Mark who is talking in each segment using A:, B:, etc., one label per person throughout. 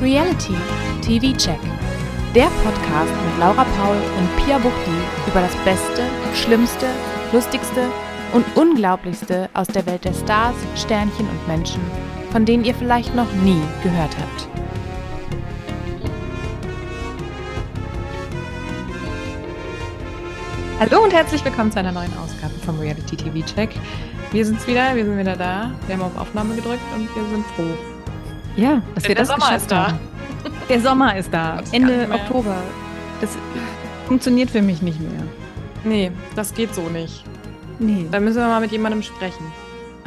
A: Reality TV Check. Der Podcast mit Laura Paul und Pia Buchti über das Beste, Schlimmste, Lustigste und Unglaublichste aus der Welt der Stars, Sternchen und Menschen, von denen ihr vielleicht noch nie gehört habt.
B: Hallo und herzlich willkommen zu einer neuen Ausgabe vom Reality TV Check. Wir sind's wieder, wir sind wieder da. Wir haben auf Aufnahme gedrückt und wir sind froh.
C: Ja, dass wir
B: Der
C: das
B: Sommer
C: geschafft
B: ist da.
C: haben. Der Sommer ist da.
B: Gott, ich kann
C: Ende
B: nicht mehr.
C: Oktober. Das funktioniert für mich nicht mehr.
B: Nee, das geht so nicht.
C: Nee.
B: Da müssen wir mal mit jemandem sprechen.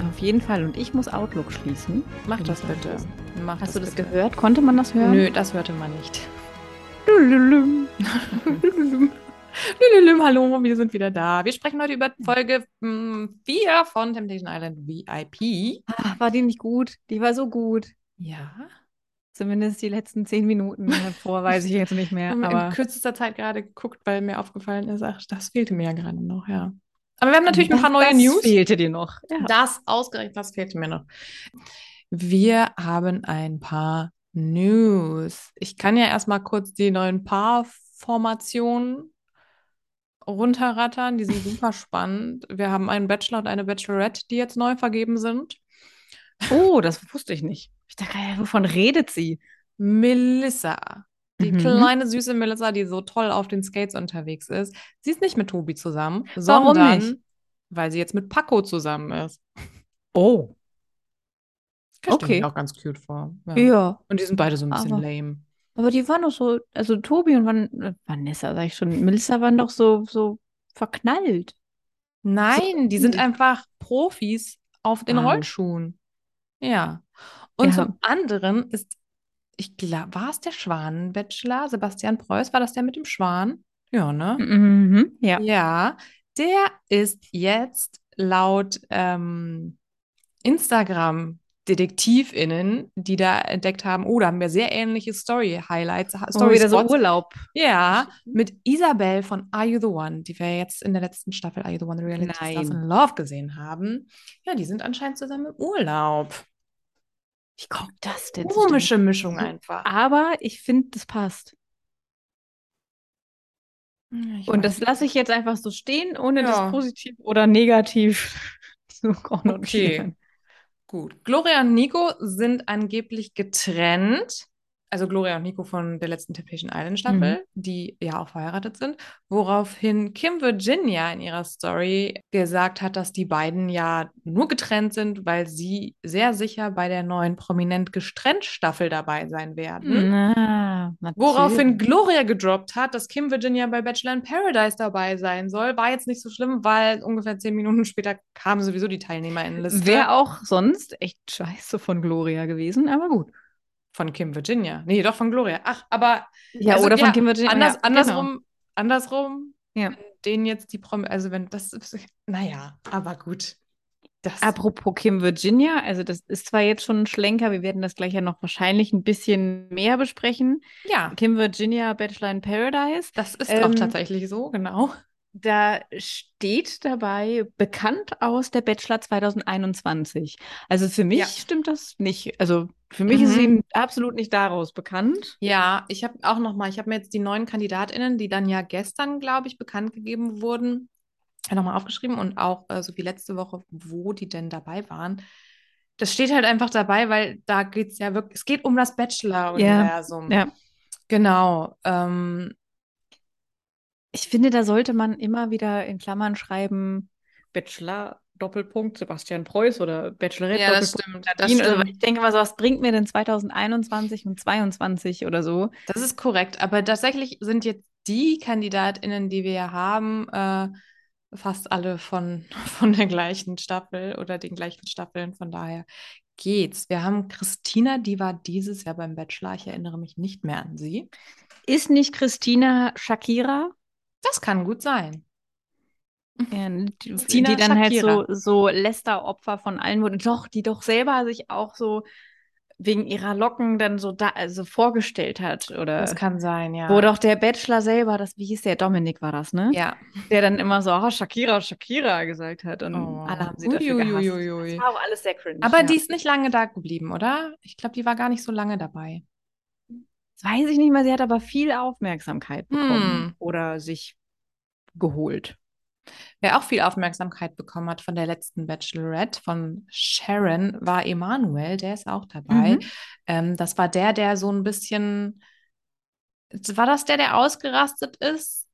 C: Auf jeden Fall. Und ich muss Outlook schließen.
B: Mach das bitte. Mach
C: Hast du das
B: bitte.
C: gehört? Konnte man das hören?
B: Nö, das hörte man nicht.
C: Dululum.
B: Lülülüm, hallo, wir sind wieder da. Wir sprechen heute über Folge 4 von Temptation Island VIP.
C: Ach, war die nicht gut? Die war so gut.
B: Ja,
C: Zumindest die letzten zehn Minuten davor weiß ich jetzt nicht mehr.
B: haben wir in
C: Aber
B: kürzester Zeit gerade geguckt, weil mir aufgefallen ist, ach, das fehlte mir ja gerade noch, ja. Aber wir haben natürlich ein
C: Das-
B: paar neue
C: das
B: News.
C: fehlte dir noch. Ja.
B: Das ausgerechnet, das fehlte mir noch. Wir haben ein paar News. Ich kann ja erstmal kurz die neuen Paarformationen runterrattern. Die sind super spannend. Wir haben einen Bachelor und eine Bachelorette, die jetzt neu vergeben sind.
C: Oh, das wusste ich nicht. Ich dachte, ja, wovon redet sie?
B: Melissa. Die
C: Mhm.
B: kleine süße Melissa, die so toll auf den Skates unterwegs ist. Sie ist nicht mit Tobi zusammen,
C: Warum
B: sondern
C: nicht?
B: weil sie jetzt mit Paco zusammen ist.
C: Oh.
B: Das stelle ich mir
C: Okay.
B: auch ganz cute vor. Ja.
C: Ja.
B: Und die sind beide so ein bisschen
C: Aber-
B: lame.
C: Aber die waren doch so, also Tobi und Van, äh, Vanessa, sag ich schon, Melissa waren doch so, so verknallt.
B: Nein, die sind
C: nicht.
B: einfach Profis auf den
C: Ah.
B: Rollschuhen. Ja. Und
C: Ja.
B: zum anderen ist, ich glaube, war es der Schwanenbachelor? Sebastian Preuß, war das der mit dem Schwan? Ja, ne?
C: Mhm, ja.
B: Ja, der ist jetzt laut ähm, Instagram. DetektivInnen, die da entdeckt haben, oh, da haben wir sehr ähnliche Story-Highlights,
C: Oh, wieder so
B: Story-Spots.
C: Urlaub.
B: Ja, mit Isabel von Are You the One, die wir jetzt in der letzten Staffel Are You the One Reality Stars
C: Nein.
B: in Love gesehen haben. Ja, die sind anscheinend zusammen im Urlaub.
C: Wie kommt das denn? zustande?
B: Komische Mischung einfach.
C: Aber ich finde, das passt.
B: Ich
C: Und
B: weiß
C: das lasse ich jetzt einfach so stehen, ohne
B: Ja.
C: das positiv oder negativ zu konnotieren.
B: Gut. Gloria und Nico sind angeblich getrennt. Also Gloria und Nico von der letzten Temptation Island Staffel, die ja auch verheiratet sind, woraufhin Kim Virginia in ihrer Story gesagt hat, dass die beiden ja nur getrennt sind, weil sie sehr sicher bei der neuen prominent gestrennt Staffel dabei sein
C: Hm?
B: werden.
C: Mhm. Na,
B: Woraufhin
C: natürlich.
B: Gloria gedroppt hat, dass Kim Virginia bei Bachelor in Paradise dabei sein soll, war jetzt nicht so schlimm, weil ungefähr zehn Minuten später kam sowieso die Teilnehmerinnenliste.
C: Wäre auch sonst echt scheiße von Gloria gewesen, aber gut.
B: Von Kim Virginia. Nee, doch von Gloria. Ach, aber
C: Ja,
B: Also,
C: oder von
B: ja,
C: Kim Virginia.
B: anders,
C: ja, genau.
B: andersrum, andersrum,
C: Ja.
B: wenn denen jetzt die Prom, also wenn das, naja, aber gut. Das,
C: Apropos Kim Virginia, also das ist zwar jetzt schon ein Schlenker, wir werden das gleich ja noch wahrscheinlich ein bisschen mehr besprechen.
B: ja,
C: Kim Virginia, Bachelor in Paradise.
B: das ist auch
C: Ähm,
B: tatsächlich so, genau.
C: Da steht dabei bekannt aus der Bachelor 2021. Also für mich
B: Ja.
C: stimmt das nicht. Also für mich ist
B: Mhm.
C: sie absolut nicht daraus bekannt.
B: Ja, ich habe auch nochmal, ich habe mir jetzt die neuen KandidatInnen, die dann ja gestern, glaube ich, bekannt gegeben wurden, nochmal aufgeschrieben und auch äh, so wie letzte Woche, wo die denn dabei waren. Das steht halt einfach dabei, weil da geht es ja wirklich, es geht um das Bachelor-Universum.
C: ja.
B: Genau. Ähm,
C: Ich finde, da sollte man immer wieder in Klammern schreiben, Bachelor Doppelpunkt Sebastian Preuß oder Bachelorette
B: Ja, das
C: Doppelpunkt.
B: stimmt. Das,
C: Nadine. Also
B: stimmt.
C: ich denke mal so, was bringt mir denn 2021 und 22 oder so?
B: das ist korrekt. Aber tatsächlich sind jetzt die KandidatInnen, die wir ja haben, äh, fast alle von, von der gleichen Staffel oder den gleichen Staffeln. Von daher geht's. Wir haben Christina, die war dieses Jahr beim Bachelor. Ich erinnere mich nicht mehr an sie.
C: Ist nicht Christina Shakira?
B: Das kann gut sein.
C: Ja, ne, die,
B: Christina
C: die dann halt so,
B: Shakira.
C: so Lästeropfer von allen wurden. Doch, die doch selber sich auch so wegen ihrer Locken dann so da, also vorgestellt hat. Oder
B: Das kann sein, ja.
C: wo doch der Bachelor selber, das, wie hieß der, Dominik war das, ne?
B: Ja.
C: Der dann immer so, oh, Shakira, Shakira gesagt hat. Und
B: Oh.
C: alle haben sie dafür gehasst.
B: Uiuiuiui.
C: Das war auch alles sehr cringe.
B: Aber
C: ja.
B: die ist nicht lange da geblieben, oder? Ich glaube, die war gar nicht so lange dabei.
C: weiß ich nicht mehr, sie hat aber viel Aufmerksamkeit bekommen
B: Hm.
C: oder sich geholt.
B: Wer auch viel Aufmerksamkeit bekommen hat von der letzten Bachelorette von Sharon war Emanuel, der ist auch
C: Mhm.
B: dabei. Ähm, das war der, der so ein bisschen. War das der, der ausgerastet ist?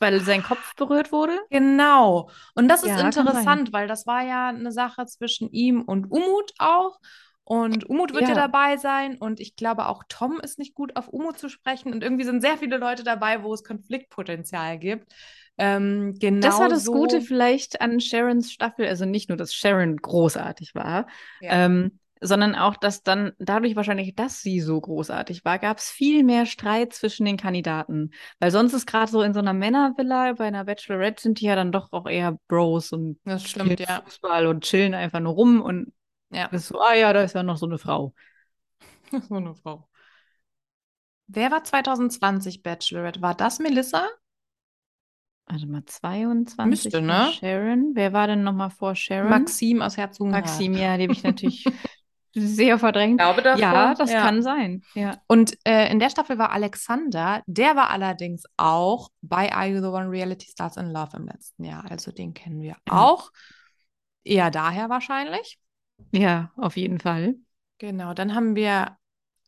C: Weil sein Kopf berührt wurde?
B: Genau. Und das ist
C: Ja, kann sein.
B: interessant, weil das war ja eine Sache zwischen ihm und Umut auch. Und Umut wird ja.
C: Ja.
B: dabei sein. Und ich glaube, auch Tom ist nicht gut, auf Umut zu sprechen. Und irgendwie sind sehr viele Leute dabei, wo es Konfliktpotenzial gibt. Ähm, genau
C: Das war das
B: so.
C: Gute vielleicht an Sharons Staffel, also nicht nur, dass Sharon großartig war,
B: Ja.
C: ähm, sondern auch, dass dann dadurch wahrscheinlich, dass sie so großartig war, gab es viel mehr Streit zwischen den Kandidaten. Weil sonst ist gerade so in so einer Männervilla, bei einer Bachelorette sind die ja dann doch auch eher Bros und
B: Das stimmt,
C: spielen
B: ja.
C: Fußball und chillen einfach nur rum und
B: Ja.
C: bist so, ah ja, da ist ja noch so eine Frau.
B: So eine Frau. Wer war 2020 Bachelorette? War das Melissa?
C: Warte mal, 22
B: Müsste,
C: war
B: ne?
C: Sharon. Wer war denn nochmal vor Sharon?
B: Maxim aus Herzogenrath.
C: Maxim, ja, die habe ich natürlich sehr verdrängt.
B: glaube davon.
C: Ja, das kann sein. Ja.
B: Und äh, in der Staffel war Alexander, der war allerdings auch bei Are You the One Reality Stars in Love im letzten Jahr. Also den kennen wir
C: Genau.
B: auch. Eher daher wahrscheinlich.
C: ja, auf jeden Fall.
B: Genau, dann haben wir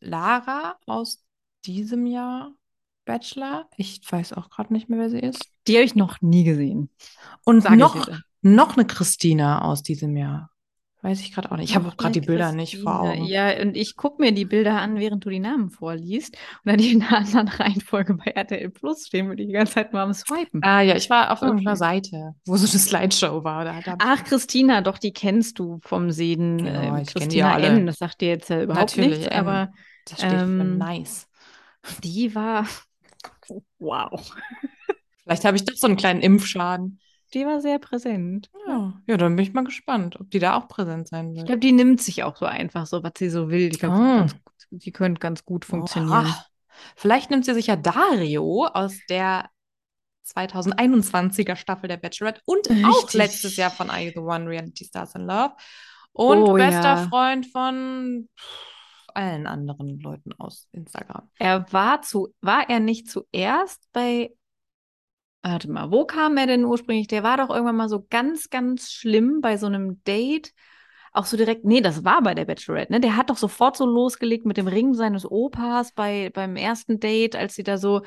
B: Lara aus diesem Jahr Bachelor. Ich weiß auch gerade nicht mehr, wer sie ist.
C: Die habe ich noch nie gesehen.
B: Und
C: Sag ich
B: noch,
C: jetzt.
B: noch eine Christina aus diesem Jahr. Weiß ich gerade auch nicht. Ich habe auch
C: Noch
B: gerade
C: eine
B: die Bilder nicht vor
C: Christine.
B: Augen.
C: Ja, und ich gucke mir die Bilder an, während du die Namen vorliest. Und dann die in einer anderen Reihenfolge bei RTL Plus stehen, würde ich die ganze Zeit mal am Swipen.
B: Ah ja, ich war auf
C: Okay.
B: irgendeiner Seite, wo so eine Slideshow war. Da, da
C: Ach, Christina, doch, die kennst du vom Sehen.
B: Ja, Genau,
C: ähm,
B: ich kenn die
C: Christina
B: alle.
C: N, das sagt dir jetzt ja überhaupt
B: Natürlich,
C: nichts,
B: N.
C: aber
B: das steht für
C: ähm,
B: nice.
C: die war, wow,
B: Vielleicht habe ich doch so einen kleinen Impfschaden.
C: die war sehr präsent.
B: Ja, ja, dann bin ich mal gespannt, ob die da auch präsent sein
C: Ich
B: wird.
C: glaube, die nimmt sich auch so einfach so, was sie so will. Ich glaube,
B: Ah.
C: die könnte ganz gut funktionieren.
B: Oha. Vielleicht nimmt sie sich ja Dario aus der 2021er Staffel der Bachelorette und auch
C: Richtig.
B: letztes Jahr von Are You the One Reality Stars in Love und
C: Oh,
B: bester
C: ja.
B: Freund von pff, allen anderen Leuten aus Instagram.
C: Er war zu, war er nicht zuerst bei, warte mal, wo kam er denn ursprünglich? Der war doch irgendwann mal so ganz, ganz schlimm bei so einem Date. Auch so direkt, nee, das war bei der Bachelorette, ne? Der hat doch sofort so losgelegt mit dem Ring seines Opas bei, beim ersten Date, als sie da so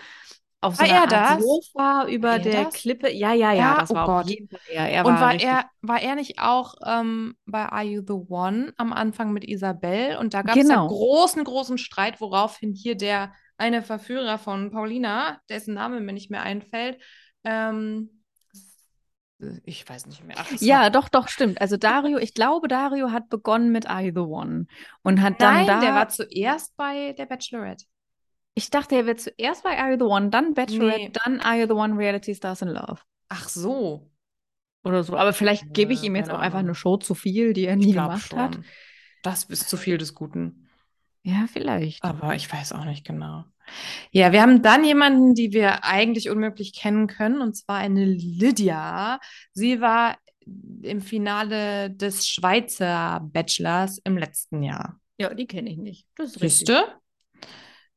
C: auf so
B: War
C: einer
B: er
C: Art
B: das?
C: Sofa über
B: er
C: der
B: das?
C: Klippe. Ja, ja, ja,
B: Ja,
C: das
B: oh
C: war
B: Gott.
C: auf jeden Fall er. Er
B: und
C: war
B: war
C: richtig
B: er, war er nicht auch ähm, bei Are You the One am Anfang mit Isabel? Und da gab es ja
C: Genau.
B: großen, großen Streit, woraufhin hier der eine Verführer von Paulina, dessen Name mir nicht mehr einfällt, ähm, ich weiß nicht mehr. Ach, das war-
C: Ja, doch, doch, stimmt. Also Dario, ich glaube, Dario hat begonnen mit Are You the One und hat dann
B: nein,
C: da,
B: der war zuerst bei der Bachelorette.
C: ich dachte, er wäre zuerst bei Are You the One, dann Bachelorette,
B: Nee.
C: dann Are You the One Reality Stars in Love
B: Ach so,
C: oder so. Aber vielleicht gebe ich
B: Äh,
C: ihm jetzt
B: keine
C: auch einfach
B: Ahnung.
C: eine Show zu viel, die er
B: ich
C: nie
B: glaube
C: gemacht hat.
B: schon. Das ist zu viel des Guten.
C: Ja, vielleicht.
B: Aber ich weiß auch nicht genau. Ja, wir haben dann jemanden, die wir eigentlich unmöglich kennen können, und zwar eine Lydia. Sie war im Finale des Schweizer Bachelors im letzten Jahr.
C: Ja, die kenne ich nicht. Das ist richtig.
B: Wüsste.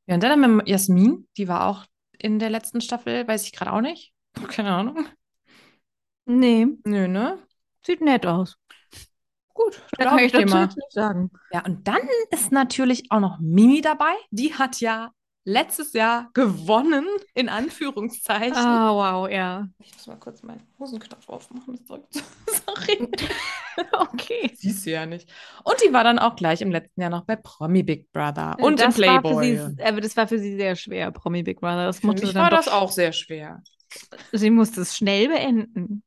B: Ja, und dann haben wir Jasmin, die war auch in der letzten Staffel, weiß ich gerade auch nicht. Keine Ahnung.
C: Nee,
B: Nö, ne?
C: sieht nett aus.
B: Gut,
C: Da
B: glaub
C: kann ich dazu
B: mal.
C: jetzt nicht sagen.
B: Ja, und dann ist natürlich auch noch Mimi dabei. Die hat ja letztes Jahr gewonnen, in Anführungszeichen.
C: Ah, wow, ja.
B: Ich muss mal kurz meinen Hosenknopf aufmachen. Das drückt. Sorry.
C: Okay.
B: Siehst du ja nicht. Und die war dann auch gleich im letzten Jahr noch bei Promi Big Brother und im
C: das war für
B: Playboy.
C: sie, aber das war für sie sehr schwer, Promi Big Brother. Das
B: Für
C: musste sie
B: mich
C: dann
B: war
C: doch-
B: das auch sehr schwer.
C: Sie musste es schnell beenden.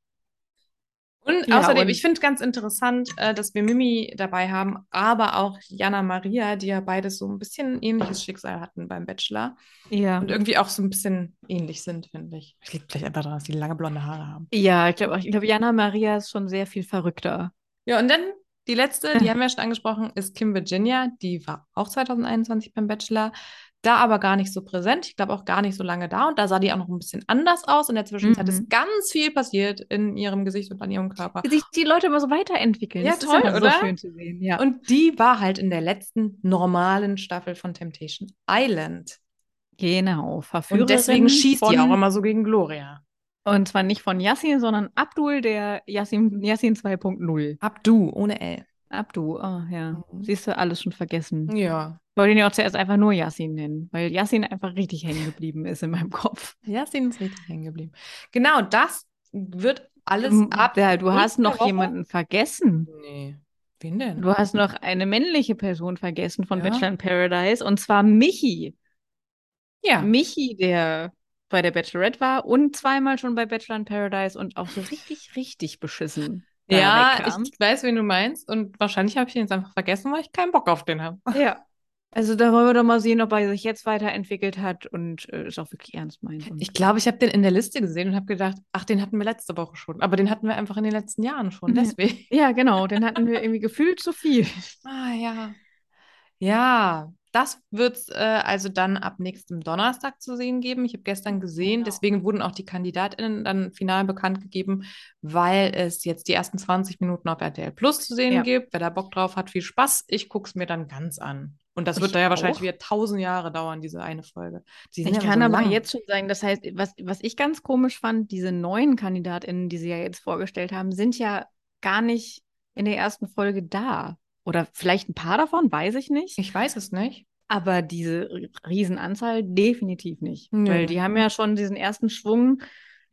B: Und
C: Ja,
B: außerdem,
C: und-
B: ich finde ganz interessant, äh, dass wir Mimi dabei haben, aber auch Jana Maria, die ja beides so ein bisschen ähnliches Schicksal hatten beim Bachelor.
C: Ja.
B: Und irgendwie auch so ein bisschen ähnlich sind, finde ich. Es liegt vielleicht einfach daran, dass die lange blonde Haare haben.
C: Ja, ich glaube, ich glaub, Jana Maria ist schon sehr viel verrückter.
B: Ja, und dann die letzte, die haben wir schon angesprochen, ist Kim Virginia. Die war auch 2021 beim Bachelor. Da aber gar nicht so präsent. Ich glaube auch gar nicht so lange da. Und da sah die auch noch ein bisschen anders aus. In der Zwischenzeit
C: Mhm.
B: ist ganz viel passiert in ihrem Gesicht und an ihrem Körper.
C: Wie sich die Leute immer so weiterentwickeln.
B: Ja,
C: das
B: toll,
C: ist immer
B: oder?
C: so schön zu sehen. Ja.
B: Und die war halt in der letzten normalen Staffel von Temptation Island.
C: Genau, Verführerin.
B: Und deswegen schießt
C: von,
B: die auch immer so gegen Gloria.
C: Und zwar nicht von Yassin, sondern Abdul, der Yassin, Yassin 2.0.
B: Abdu, ohne L.
C: Abdul, oh
B: ah,
C: ja. Siehst du, alles schon vergessen.
B: Ja.
C: Ich wollte ihn ja auch zuerst einfach nur Yassin nennen, weil Yassin einfach richtig hängen geblieben ist in meinem Kopf.
B: Yasin ist richtig hängen geblieben. Genau, das wird alles
C: M-
B: ab.
C: Ja, du hast
B: nächste
C: noch
B: Woche?
C: jemanden vergessen.
B: Nee. Wen denn?
C: Du hast noch eine männliche Person vergessen von
B: Ja.
C: Bachelor in Paradise und zwar Michi.
B: Ja.
C: Michi, der bei der Bachelorette war und zweimal schon bei Bachelor in Paradise und auch so richtig, richtig beschissen. da
B: Ja,
C: wegkam.
B: ich weiß, wen du meinst. Und wahrscheinlich habe ich ihn jetzt einfach vergessen, weil ich keinen Bock auf den habe.
C: Ja. Also da wollen wir doch mal sehen, ob er sich jetzt weiterentwickelt hat und äh, ist auch wirklich ernst meint. Und
B: Ich glaube, ich habe den in der Liste gesehen und habe gedacht, ach, den hatten wir letzte Woche schon. Aber den hatten wir einfach in den letzten Jahren schon.
C: Mhm.
B: Deswegen.
C: ja, genau, den hatten wir irgendwie gefühlt zu viel.
B: Ah ja. Ja, das wird es äh, also dann ab nächstem Donnerstag zu sehen geben. Ich habe gestern gesehen,
C: Genau.
B: deswegen wurden auch die KandidatInnen dann final bekannt gegeben, weil es jetzt die ersten 20 Minuten auf RTL Plus zu sehen
C: Ja.
B: gibt. Wer da Bock drauf hat, viel Spaß. Ich gucke es mir dann ganz an. Und das
C: Ich
B: wird da ja wahrscheinlich
C: auch.
B: wieder tausend Jahre dauern, diese eine Folge. Die sind
C: Ich
B: ja immer
C: kann
B: so
C: aber
B: lang.
C: jetzt schon sagen, das heißt, was, was ich ganz komisch fand, diese neuen KandidatInnen, die sie ja jetzt vorgestellt haben, sind ja gar nicht in der ersten Folge da. Oder vielleicht ein paar davon, weiß ich nicht.
B: Ich weiß es nicht.
C: Aber diese r- Riesenanzahl definitiv nicht.
B: Nö.
C: Weil die haben ja schon diesen ersten Schwung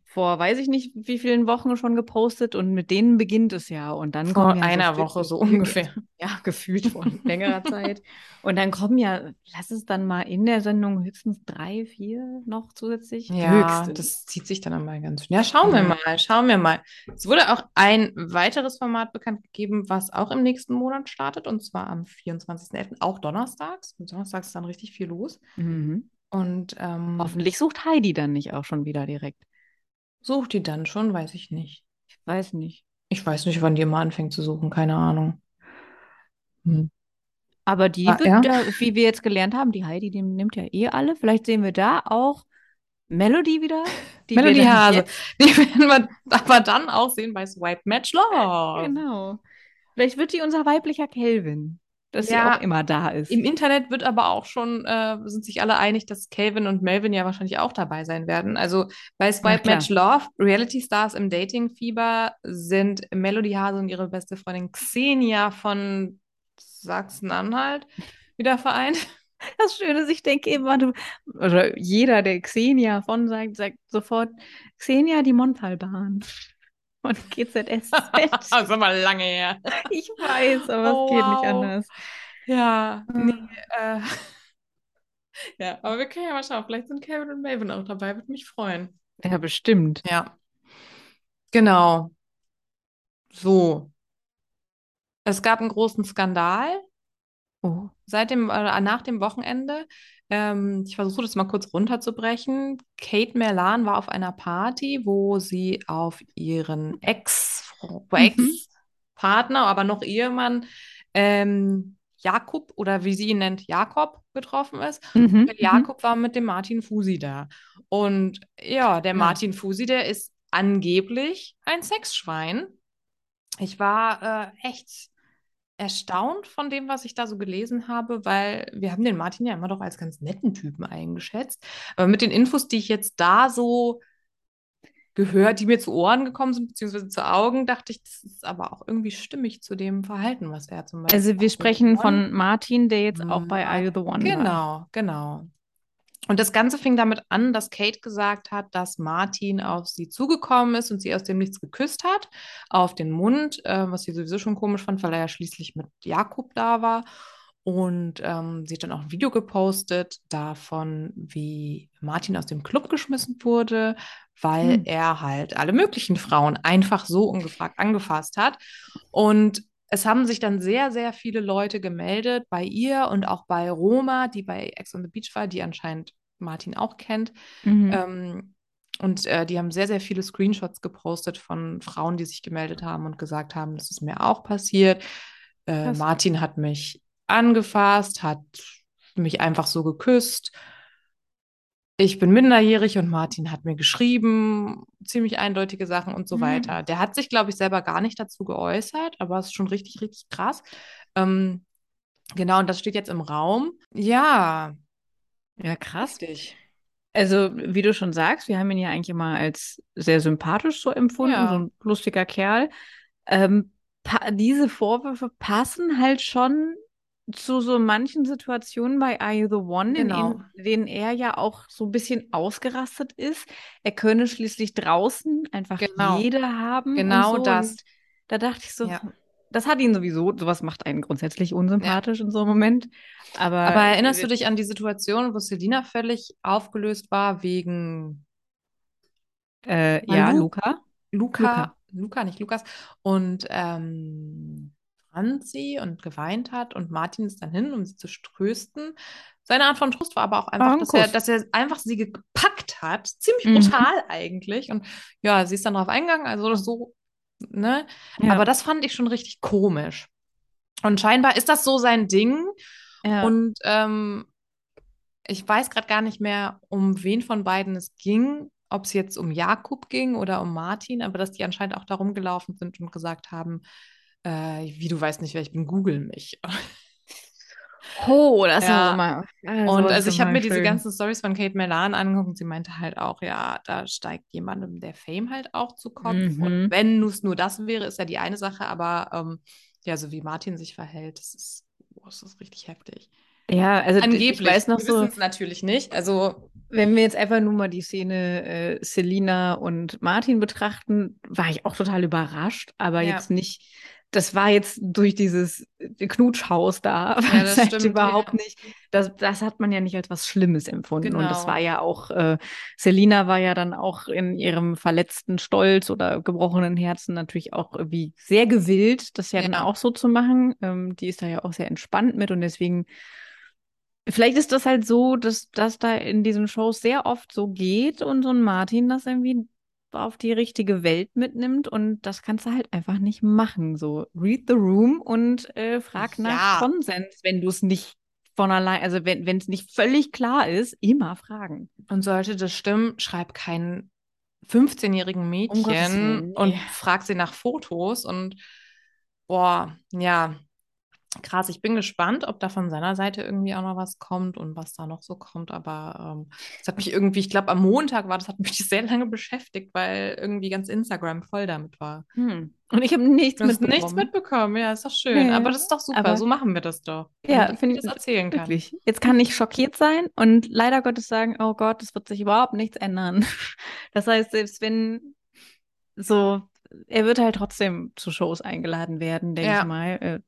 C: vor, weiß ich nicht, wie vielen Wochen schon gepostet und mit denen beginnt es ja. Und dann
B: Vor
C: kommen ja so
B: einer
C: Stück
B: Woche
C: für
B: so
C: Stück-
B: ungefähr.
C: Ja, gefühlt vor längerer Zeit. Und dann kommen ja, lass es dann mal in der Sendung höchstens drei, vier noch zusätzlich.
B: Ja,
C: höchstens.
B: das zieht sich dann einmal ganz schön. Ja, schauen wir
C: Mhm.
B: mal, schauen wir mal. Es wurde auch ein weiteres Format bekannt gegeben, was auch im nächsten Monat startet, und zwar am 24.11., auch donnerstags. Und donnerstags ist dann richtig viel los.
C: Mhm.
B: Und ähm,
C: Hoffentlich sucht Heidi dann nicht auch schon wieder direkt.
B: sucht die dann schon, weiß ich nicht.
C: Ich weiß nicht.
B: Ich weiß nicht, wann die immer anfängt zu suchen, keine Ahnung. Hm.
C: Aber die
B: Ah,
C: wird
B: ja.
C: da, wie wir jetzt gelernt haben, die Heidi, die nimmt ja eh alle. Vielleicht sehen wir da auch Melody wieder. die wir
B: Melody
C: dann
B: Hase.
C: jetzt-
B: Die werden wir aber dann auch sehen bei Swipe Match Love.
C: Genau. Vielleicht wird die unser weiblicher Kelvin, dass
B: Ja.
C: sie auch immer da ist.
B: Im Internet wird aber auch schon, äh, sind sich alle einig, dass Calvin und Melvin ja wahrscheinlich auch dabei sein werden. Also bei Swipe
C: klar.
B: Match Love, Reality Stars im Dating-Fieber sind Melody Hase und ihre beste Freundin Xenia von Sachsen-Anhalt wieder vereint.
C: Das Schöne ist, ich denke immer, du, oder jeder, der Xenia von sagt, sagt sofort, Xenia, die Montalbahn. Und GZSZ.
B: Oh, das ist aber lange her.
C: ich weiß, aber
B: Oh,
C: es geht nicht
B: wow.
C: anders.
B: Ja, nee, äh, ja, aber wir können ja mal schauen. Vielleicht sind Calvin und Melvin auch dabei, würde mich freuen.
C: Ja, bestimmt.
B: Ja. Genau. So. Es gab einen großen Skandal
C: Oh.
B: seit dem, äh, nach dem Wochenende. Ähm, ich versuche das mal kurz runterzubrechen. Kate Merlan war auf einer Party, wo sie auf ihren Ex, Ex-Partner, aber noch Ehemann, ähm, Jakob oder wie sie ihn nennt, Jakob getroffen ist.
C: Mhm.
B: Onkel Jakob war mit dem Martin Fusi da. Und ja, der
C: Ja.
B: Martin Fusi, der ist angeblich ein Sexschwein. Ich war äh, echt erstaunt von dem, was ich da so gelesen habe, weil wir haben den Martin ja immer doch als ganz netten Typen eingeschätzt. Aber mit den Infos, die ich jetzt da so gehört, die mir zu Ohren gekommen sind, beziehungsweise zu Augen, dachte ich, das ist aber auch irgendwie stimmig zu dem Verhalten, was er zum Beispiel
C: Also
B: auch
C: wir
B: so
C: sprechen
B: gewonnen
C: von Martin, der jetzt auch bei Are You the One war.
B: Genau, genau. Und das Ganze fing damit an, dass Kate gesagt hat, dass Martin auf sie zugekommen ist und sie aus dem Nichts geküsst hat, auf den Mund, äh, was sie sowieso schon komisch fand, weil er ja schließlich mit Jakob da war. Und ähm, sie hat dann auch ein Video gepostet davon, wie Martin aus dem Club geschmissen wurde, weil
C: Hm.
B: er halt alle möglichen Frauen einfach so ungefragt angefasst hat. Und es haben sich dann sehr, sehr viele Leute gemeldet bei ihr und auch bei Roma, die bei Ex on the Beach war, die anscheinend Martin auch kennt.
C: Mhm.
B: Ähm, und äh, die haben sehr, sehr viele Screenshots gepostet von Frauen, die sich gemeldet haben und gesagt haben, das ist mir auch passiert. Äh,
C: Krass.
B: Martin hat mich angefasst, hat mich einfach so geküsst. Ich bin minderjährig und Martin hat mir geschrieben, ziemlich eindeutige Sachen und so
C: Mhm.
B: weiter. Der hat sich, glaube ich, selber gar nicht dazu geäußert, aber es ist schon richtig, richtig krass. Ähm, genau, und das steht jetzt im Raum. Ja,
C: Ja, krass.
B: Richtig.
C: Also, wie du schon sagst, wir haben ihn ja eigentlich immer als sehr sympathisch so empfunden,
B: Ja.
C: so ein lustiger Kerl. Ähm, pa diese Vorwürfe passen halt schon zu so manchen Situationen bei Are You the One,
B: Genau.
C: in denen er ja auch so ein bisschen ausgerastet ist. Er könne schließlich draußen einfach
B: Genau.
C: jeder haben.
B: Genau
C: und so.
B: das.
C: Und da dachte ich so,
B: Ja.
C: das hat ihn sowieso, sowas macht einen grundsätzlich unsympathisch in so einem Moment. Aber,
B: Aber erinnerst du dich an die Situation, wo Selina völlig aufgelöst war wegen
C: Äh,
B: an
C: ja,
B: Lu-
C: Luca.
B: Luca, Luca, nicht Lukas, und ähm, Franzi und geweint hat und Martin ist dann hin, um sie zu trösten. Seine Art von Trost war aber auch einfach,
C: Ein
B: dass er,
C: Kuss.
B: dass er einfach sie gepackt hat, ziemlich
C: Mhm.
B: brutal eigentlich. Und ja, sie ist dann drauf eingegangen, also so, ne?
C: Ja.
B: Aber das fand ich schon richtig komisch. Und scheinbar ist das so sein Ding.
C: Ja.
B: Und ähm, ich weiß gerade gar nicht mehr, um wen von beiden es ging, ob es jetzt um Jakob ging oder um Martin, aber dass die anscheinend auch da rumgelaufen sind und gesagt haben, äh, wie du weißt nicht, wer ich bin, google mich.
C: Oh, das
B: Ja.
C: ist immer.
B: Und also ich habe mir diese ganzen Stories von Kate Melan angeguckt und sie meinte halt auch, ja, da steigt jemandem der Fame halt auch zu Kopf.
C: Mhm.
B: Und wenn es nur das wäre, ist ja die eine Sache, aber ähm, ja, so wie Martin sich verhält, das ist, boah, das ist richtig heftig.
C: Ja, also d-
B: Angeblich.
C: ich weiß noch
B: Wir
C: so,
B: wissen es natürlich nicht. Also
C: wenn wir jetzt einfach nur mal die Szene äh, Selina und Martin betrachten, war ich auch total überrascht, aber
B: Ja.
C: jetzt nicht. Das war jetzt durch dieses Knutschhaus
B: Ja,
C: da,
B: das
C: was halt
B: stimmt,
C: überhaupt
B: ja.
C: nicht. Das, das hat man ja nicht als was Schlimmes empfunden. Und das
B: Genau.
C: war ja auch, äh, Selina war ja dann auch in ihrem verletzten Stolz oder gebrochenen Herzen natürlich auch irgendwie sehr gewillt, das ja, dann
B: Ja.
C: auch so zu machen. Ähm, die ist da ja auch sehr entspannt mit und deswegen, vielleicht ist das halt so, dass das da in diesen Shows sehr oft so geht und so ein Martin das irgendwie auf die richtige Welt mitnimmt und das kannst du halt einfach nicht machen. So, read the room und äh, frag
B: Ja.
C: nach Konsens, wenn du es nicht von allein, also wenn wenn es nicht völlig klar ist, immer fragen.
B: Und sollte das stimmen, schreib keinen 15-jährigen
C: Gottes Willen,
B: Mädchen
C: nee.
B: und frag sie nach Fotos und boah, ja, krass. Ich bin gespannt, ob da von seiner Seite irgendwie auch noch was kommt und was da noch so kommt. Aber ähm, das hat mich irgendwie, ich glaube, am Montag war das, hat mich sehr lange beschäftigt, weil irgendwie ganz Instagram voll damit war.
C: Und ich habe nichts
B: Du hast
C: mitbekommen.
B: nichts mitbekommen, ja, ist doch schön.
C: Ja.
B: Aber das ist doch super,
C: Aber-
B: so machen wir das doch.
C: Ja,
B: Damit
C: finde
B: ich
C: ich-
B: das erzählen kann.
C: Wirklich. Jetzt kann ich schockiert sein und leider Gottes sagen, oh Gott, es wird sich überhaupt nichts ändern. Das heißt, selbst wenn so, er wird halt trotzdem zu Shows eingeladen werden, denke
B: Ja.
C: ich mal. Äh,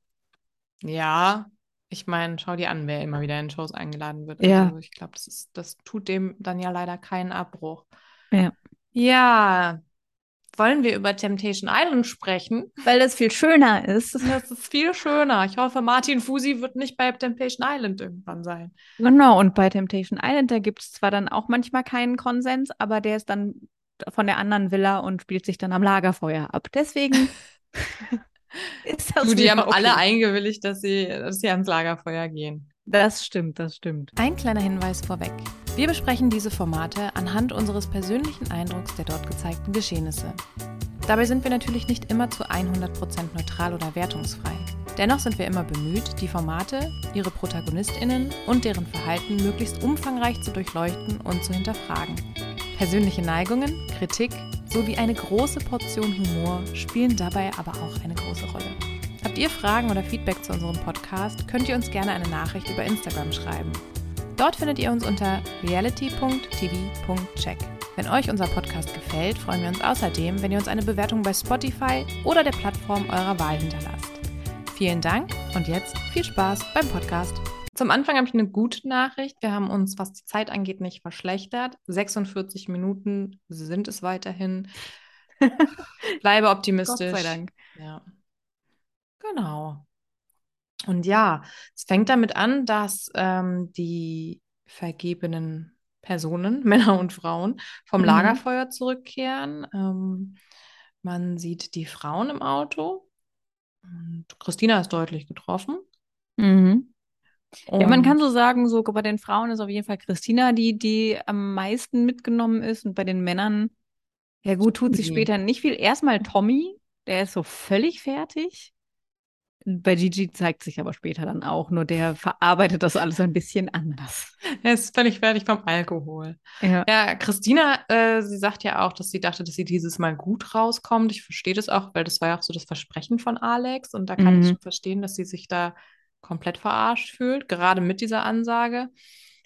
B: Ja, ich meine, schau dir an, wer immer wieder in Shows eingeladen wird.
C: Ja.
B: Also ich glaube, das ist, das tut dem dann ja leider keinen Abbruch.
C: Ja.
B: Ja. Wollen wir über Temptation Island sprechen?
C: Weil das viel schöner ist.
B: Das ist viel schöner. Ich hoffe, Martin Fusi wird nicht bei Temptation Island irgendwann sein.
C: Genau, und bei Temptation Island, da gibt es zwar dann auch manchmal keinen Konsens, aber der ist dann von der anderen Villa und spielt sich dann am Lagerfeuer ab. Deswegen ist das
B: Du, die
C: wieder
B: haben alle
C: okay.
B: eingewilligt, dass sie, dass sie ans Lagerfeuer gehen.
C: Das stimmt, das stimmt.
A: Ein kleiner Hinweis vorweg. Wir besprechen diese Formate anhand unseres persönlichen Eindrucks der dort gezeigten Geschehnisse. Dabei sind wir natürlich nicht immer zu 100% neutral oder wertungsfrei. Dennoch sind wir immer bemüht, die Formate, ihre Protagonistinnen und deren Verhalten möglichst umfangreich zu durchleuchten und zu hinterfragen. Persönliche Neigungen, Kritik sowie eine große Portion Humor spielen dabei aber auch eine große Rolle. Habt ihr Fragen oder Feedback zu unserem Podcast, könnt ihr uns gerne eine Nachricht über Instagram schreiben. Dort findet ihr uns unter reality.tv.check. Wenn euch unser Podcast gefällt, freuen wir uns außerdem, wenn ihr uns eine Bewertung bei Spotify oder der Plattform eurer Wahl hinterlasst. Vielen Dank und jetzt viel Spaß beim Podcast.
B: Zum Anfang habe ich eine gute Nachricht. Wir haben uns, was die Zeit angeht, nicht verschlechtert. 46 Minuten sind es weiterhin. Bleibe
C: Gott
B: optimistisch.
C: sei Dank.
B: Ja. Genau. Und ja, es fängt damit an, dass ähm, die vergebenen Personen, Männer und Frauen, vom
C: Mhm.
B: Lagerfeuer zurückkehren. Ähm, man sieht die Frauen im Auto. Und Christina ist deutlich getroffen.
C: Mhm. Ja, man
B: Und-
C: kann so sagen, so bei den Frauen ist auf jeden Fall Christina die, die am meisten mitgenommen ist und bei den Männern, ja gut, tut sich
B: Tommy.
C: später nicht viel. Erstmal Tommy, der ist so völlig fertig. Bei Gigi zeigt sich aber später dann auch, nur der verarbeitet das alles ein bisschen anders.
B: Er ist völlig fertig vom Alkohol.
C: Ja.
B: Ja, Christina, äh, sie sagt ja auch, dass sie dachte, dass sie dieses Mal gut rauskommt. Ich verstehe das auch, weil das war ja auch so das Versprechen von Alex. Und da kann ich
C: Mhm.
B: schon verstehen, dass sie sich da komplett verarscht fühlt, gerade mit dieser Ansage.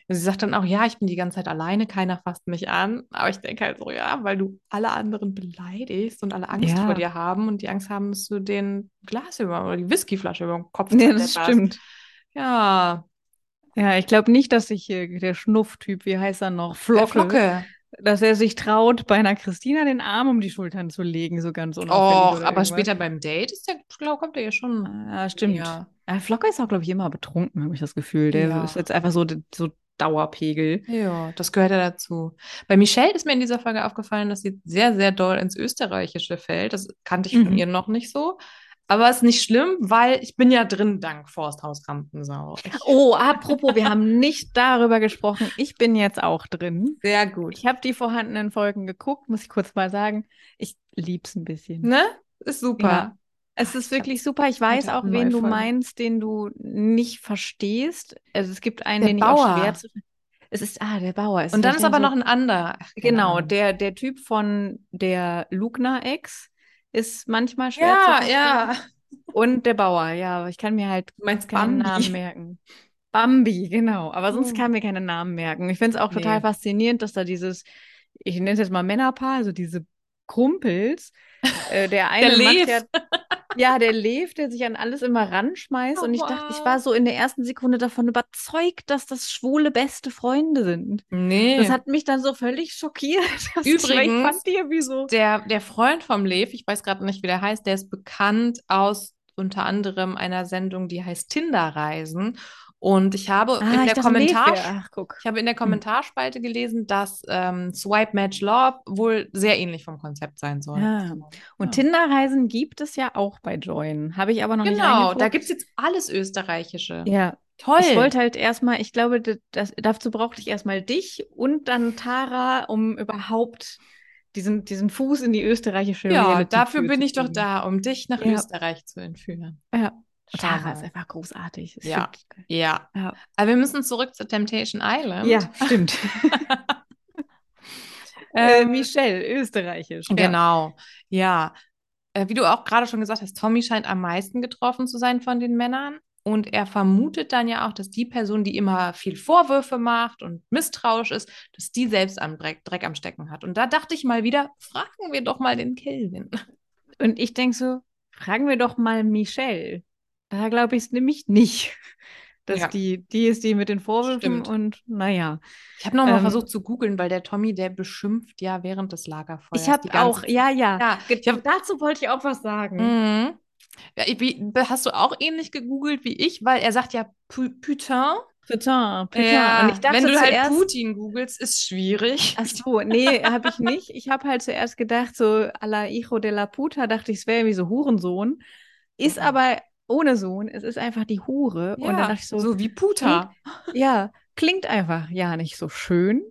B: Sie sagt dann auch, ja, ich bin die ganze Zeit alleine, keiner fasst mich an. Aber ich denke halt so, ja, weil du alle anderen beleidigst und alle Angst
C: Ja.
B: vor dir haben und die Angst haben, dass du den Glas über oder die Whiskyflasche über den Kopf
C: Ja, das
B: zerdeppert.
C: stimmt.
B: Ja,
C: Ja, ich glaube nicht, dass sich hier der Schnufftyp, wie heißt er noch,
B: der
C: Flocke, dass er sich traut, bei einer Christina den Arm um die Schultern zu legen, so ganz unauffällig
B: Och,
C: oder
B: aber
C: irgendwas.
B: später beim Date ist der, glaub, kommt er ja schon.
C: Ah, stimmt.
B: Ja.
C: Ah, Flocke ist auch, glaube ich, immer betrunken, habe ich das Gefühl. Der
B: Ja.
C: ist jetzt einfach so, so Dauerpegel.
B: Ja, das gehört ja dazu. Bei Michelle ist mir in dieser Folge aufgefallen, dass sie sehr, sehr doll ins Österreichische fällt. Das kannte ich von
C: Mhm.
B: ihr noch nicht so. Aber ist nicht schlimm, weil ich bin ja drin, dank Forsthaus Rampensau. Ich,
C: Oh, apropos, wir haben nicht darüber gesprochen. Ich bin jetzt auch drin.
B: sehr gut.
C: Ich habe die vorhandenen Folgen geguckt, muss ich kurz mal sagen. Ich lieb's ein bisschen.
B: Ne? Ist super.
C: Ja. Es ist wirklich super. Hm. Ich
B: hab
C: weiß
B: heute
C: auch,
B: eine
C: wen
B: neue
C: du
B: Folge.
C: meinst, den du nicht verstehst. Also es gibt einen,
B: Der
C: den ich auch
B: Bauer.
C: schwer zu. Es ist, ah, der Bauer ist.
B: Und dann
C: vielleicht
B: ist aber
C: so-
B: noch ein anderer. Ach, keine
C: Genau,
B: Ahnung.
C: der, der Typ von der Lugner-Ex ist manchmal schwer zu
B: Ja,
C: verstehen.
B: ja.
C: Und der Bauer, ja, aber ich kann mir halt
B: Du meinst
C: keinen Namen
B: Bambi.
C: merken. Bambi, genau. Aber sonst
B: Hm.
C: kann mir keine Namen merken. Ich finde es auch total
B: Nee.
C: faszinierend, dass da dieses, ich nenne es jetzt mal Männerpaar, also diese Kumpels, äh, der eine
B: Lev.
C: macht ja, ja, der Lev, der sich an alles immer ranschmeißt.
B: Oh,
C: und ich dachte, ich
B: wow.
C: war so in der ersten Sekunde davon überzeugt, dass das schwule beste Freunde sind.
B: Nee.
C: Das hat mich dann so völlig schockiert. dass ich- weil ich
B: Übrigens,
C: fand die irgendwie so.
B: Der, der Freund vom Lev, ich weiß gerade nicht, wie der heißt, der ist bekannt aus unter anderem einer Sendung, die heißt Tinderreisen. Und ich habe
C: Ah,
B: in
C: ich
B: der
C: dachte, Lev
B: Kommentar
C: wär- Ach, guck.
B: ich habe in der Kommentarspalte gelesen, dass ähm, Swipe Match Love wohl sehr ähnlich vom Konzept sein soll.
C: Ja. Und
B: Ja.
C: Tinderreisen gibt es ja auch bei Join. Habe ich aber noch nicht
B: Genau, da
C: reingeguckt.
B: gibt es jetzt alles Österreichische.
C: Ja,
B: Toll.
C: ich wollte halt erstmal, ich glaube, das, das, dazu brauchte ich erstmal dich und dann Tara, um überhaupt diesen, diesen Fuß in die österreichische
B: ja,
C: Realität
B: dafür
C: zu
B: bin ich doch
C: kriegen.
B: da, um dich nach
C: Ja.
B: Österreich zu entführen.
C: Ja.
B: Schau
C: Tara
B: mal.
C: ist einfach großartig. Ist
B: Ja.
C: wirklich geil.
B: Ja.
C: Ja.
B: Aber wir müssen zurück zu Temptation Island.
C: ja, stimmt. äh,
B: Ähm,
C: Michelle, österreichisch. Ja.
B: Genau, ja. Äh, Wie du auch gerade schon gesagt hast, Tommy scheint am meisten getroffen zu sein von den Männern. Und er vermutet dann ja auch, dass die Person, die immer viel Vorwürfe macht und misstrauisch ist, dass die selbst am Dreck, Dreck am Stecken hat. Und da dachte ich mal wieder, fragen wir doch mal den Kelvin.
C: Und ich denke so, fragen wir doch mal Michelle. Da glaube ich es nämlich nicht. Dass
B: Ja.
C: die, die ist die mit den Vorwürfen
B: Stimmt.
C: und naja.
B: Ich habe nochmal
C: Ähm.
B: versucht zu googeln, weil der Tommy, der beschimpft ja während des Lagerfeuers.
C: Ich habe
B: die ganze
C: auch, ja, ja.
B: Ja,
C: Ge-
B: ich hab-
C: dazu wollte ich Mm, auch was sagen.
B: Mhm. Ja, ich- wie, hast du auch ähnlich gegoogelt wie ich? Weil er sagt ja pu- Putain.
C: Putain, putain.
B: Ja,
C: und ich dachte
B: wenn du halt
C: zuerst,
B: Putin googelst, ist schwierig.
C: ach so, nee, habe ich nicht. Ich habe halt zuerst gedacht, so à la Hijo de la Puta, dachte ich, es wäre irgendwie so Hurensohn. Ist
B: Mhm.
C: aber ohne Sohn, es ist einfach die Hure. Und dann dachte ich so,
B: wie Puta.
C: ja, klingt einfach ja nicht so schön.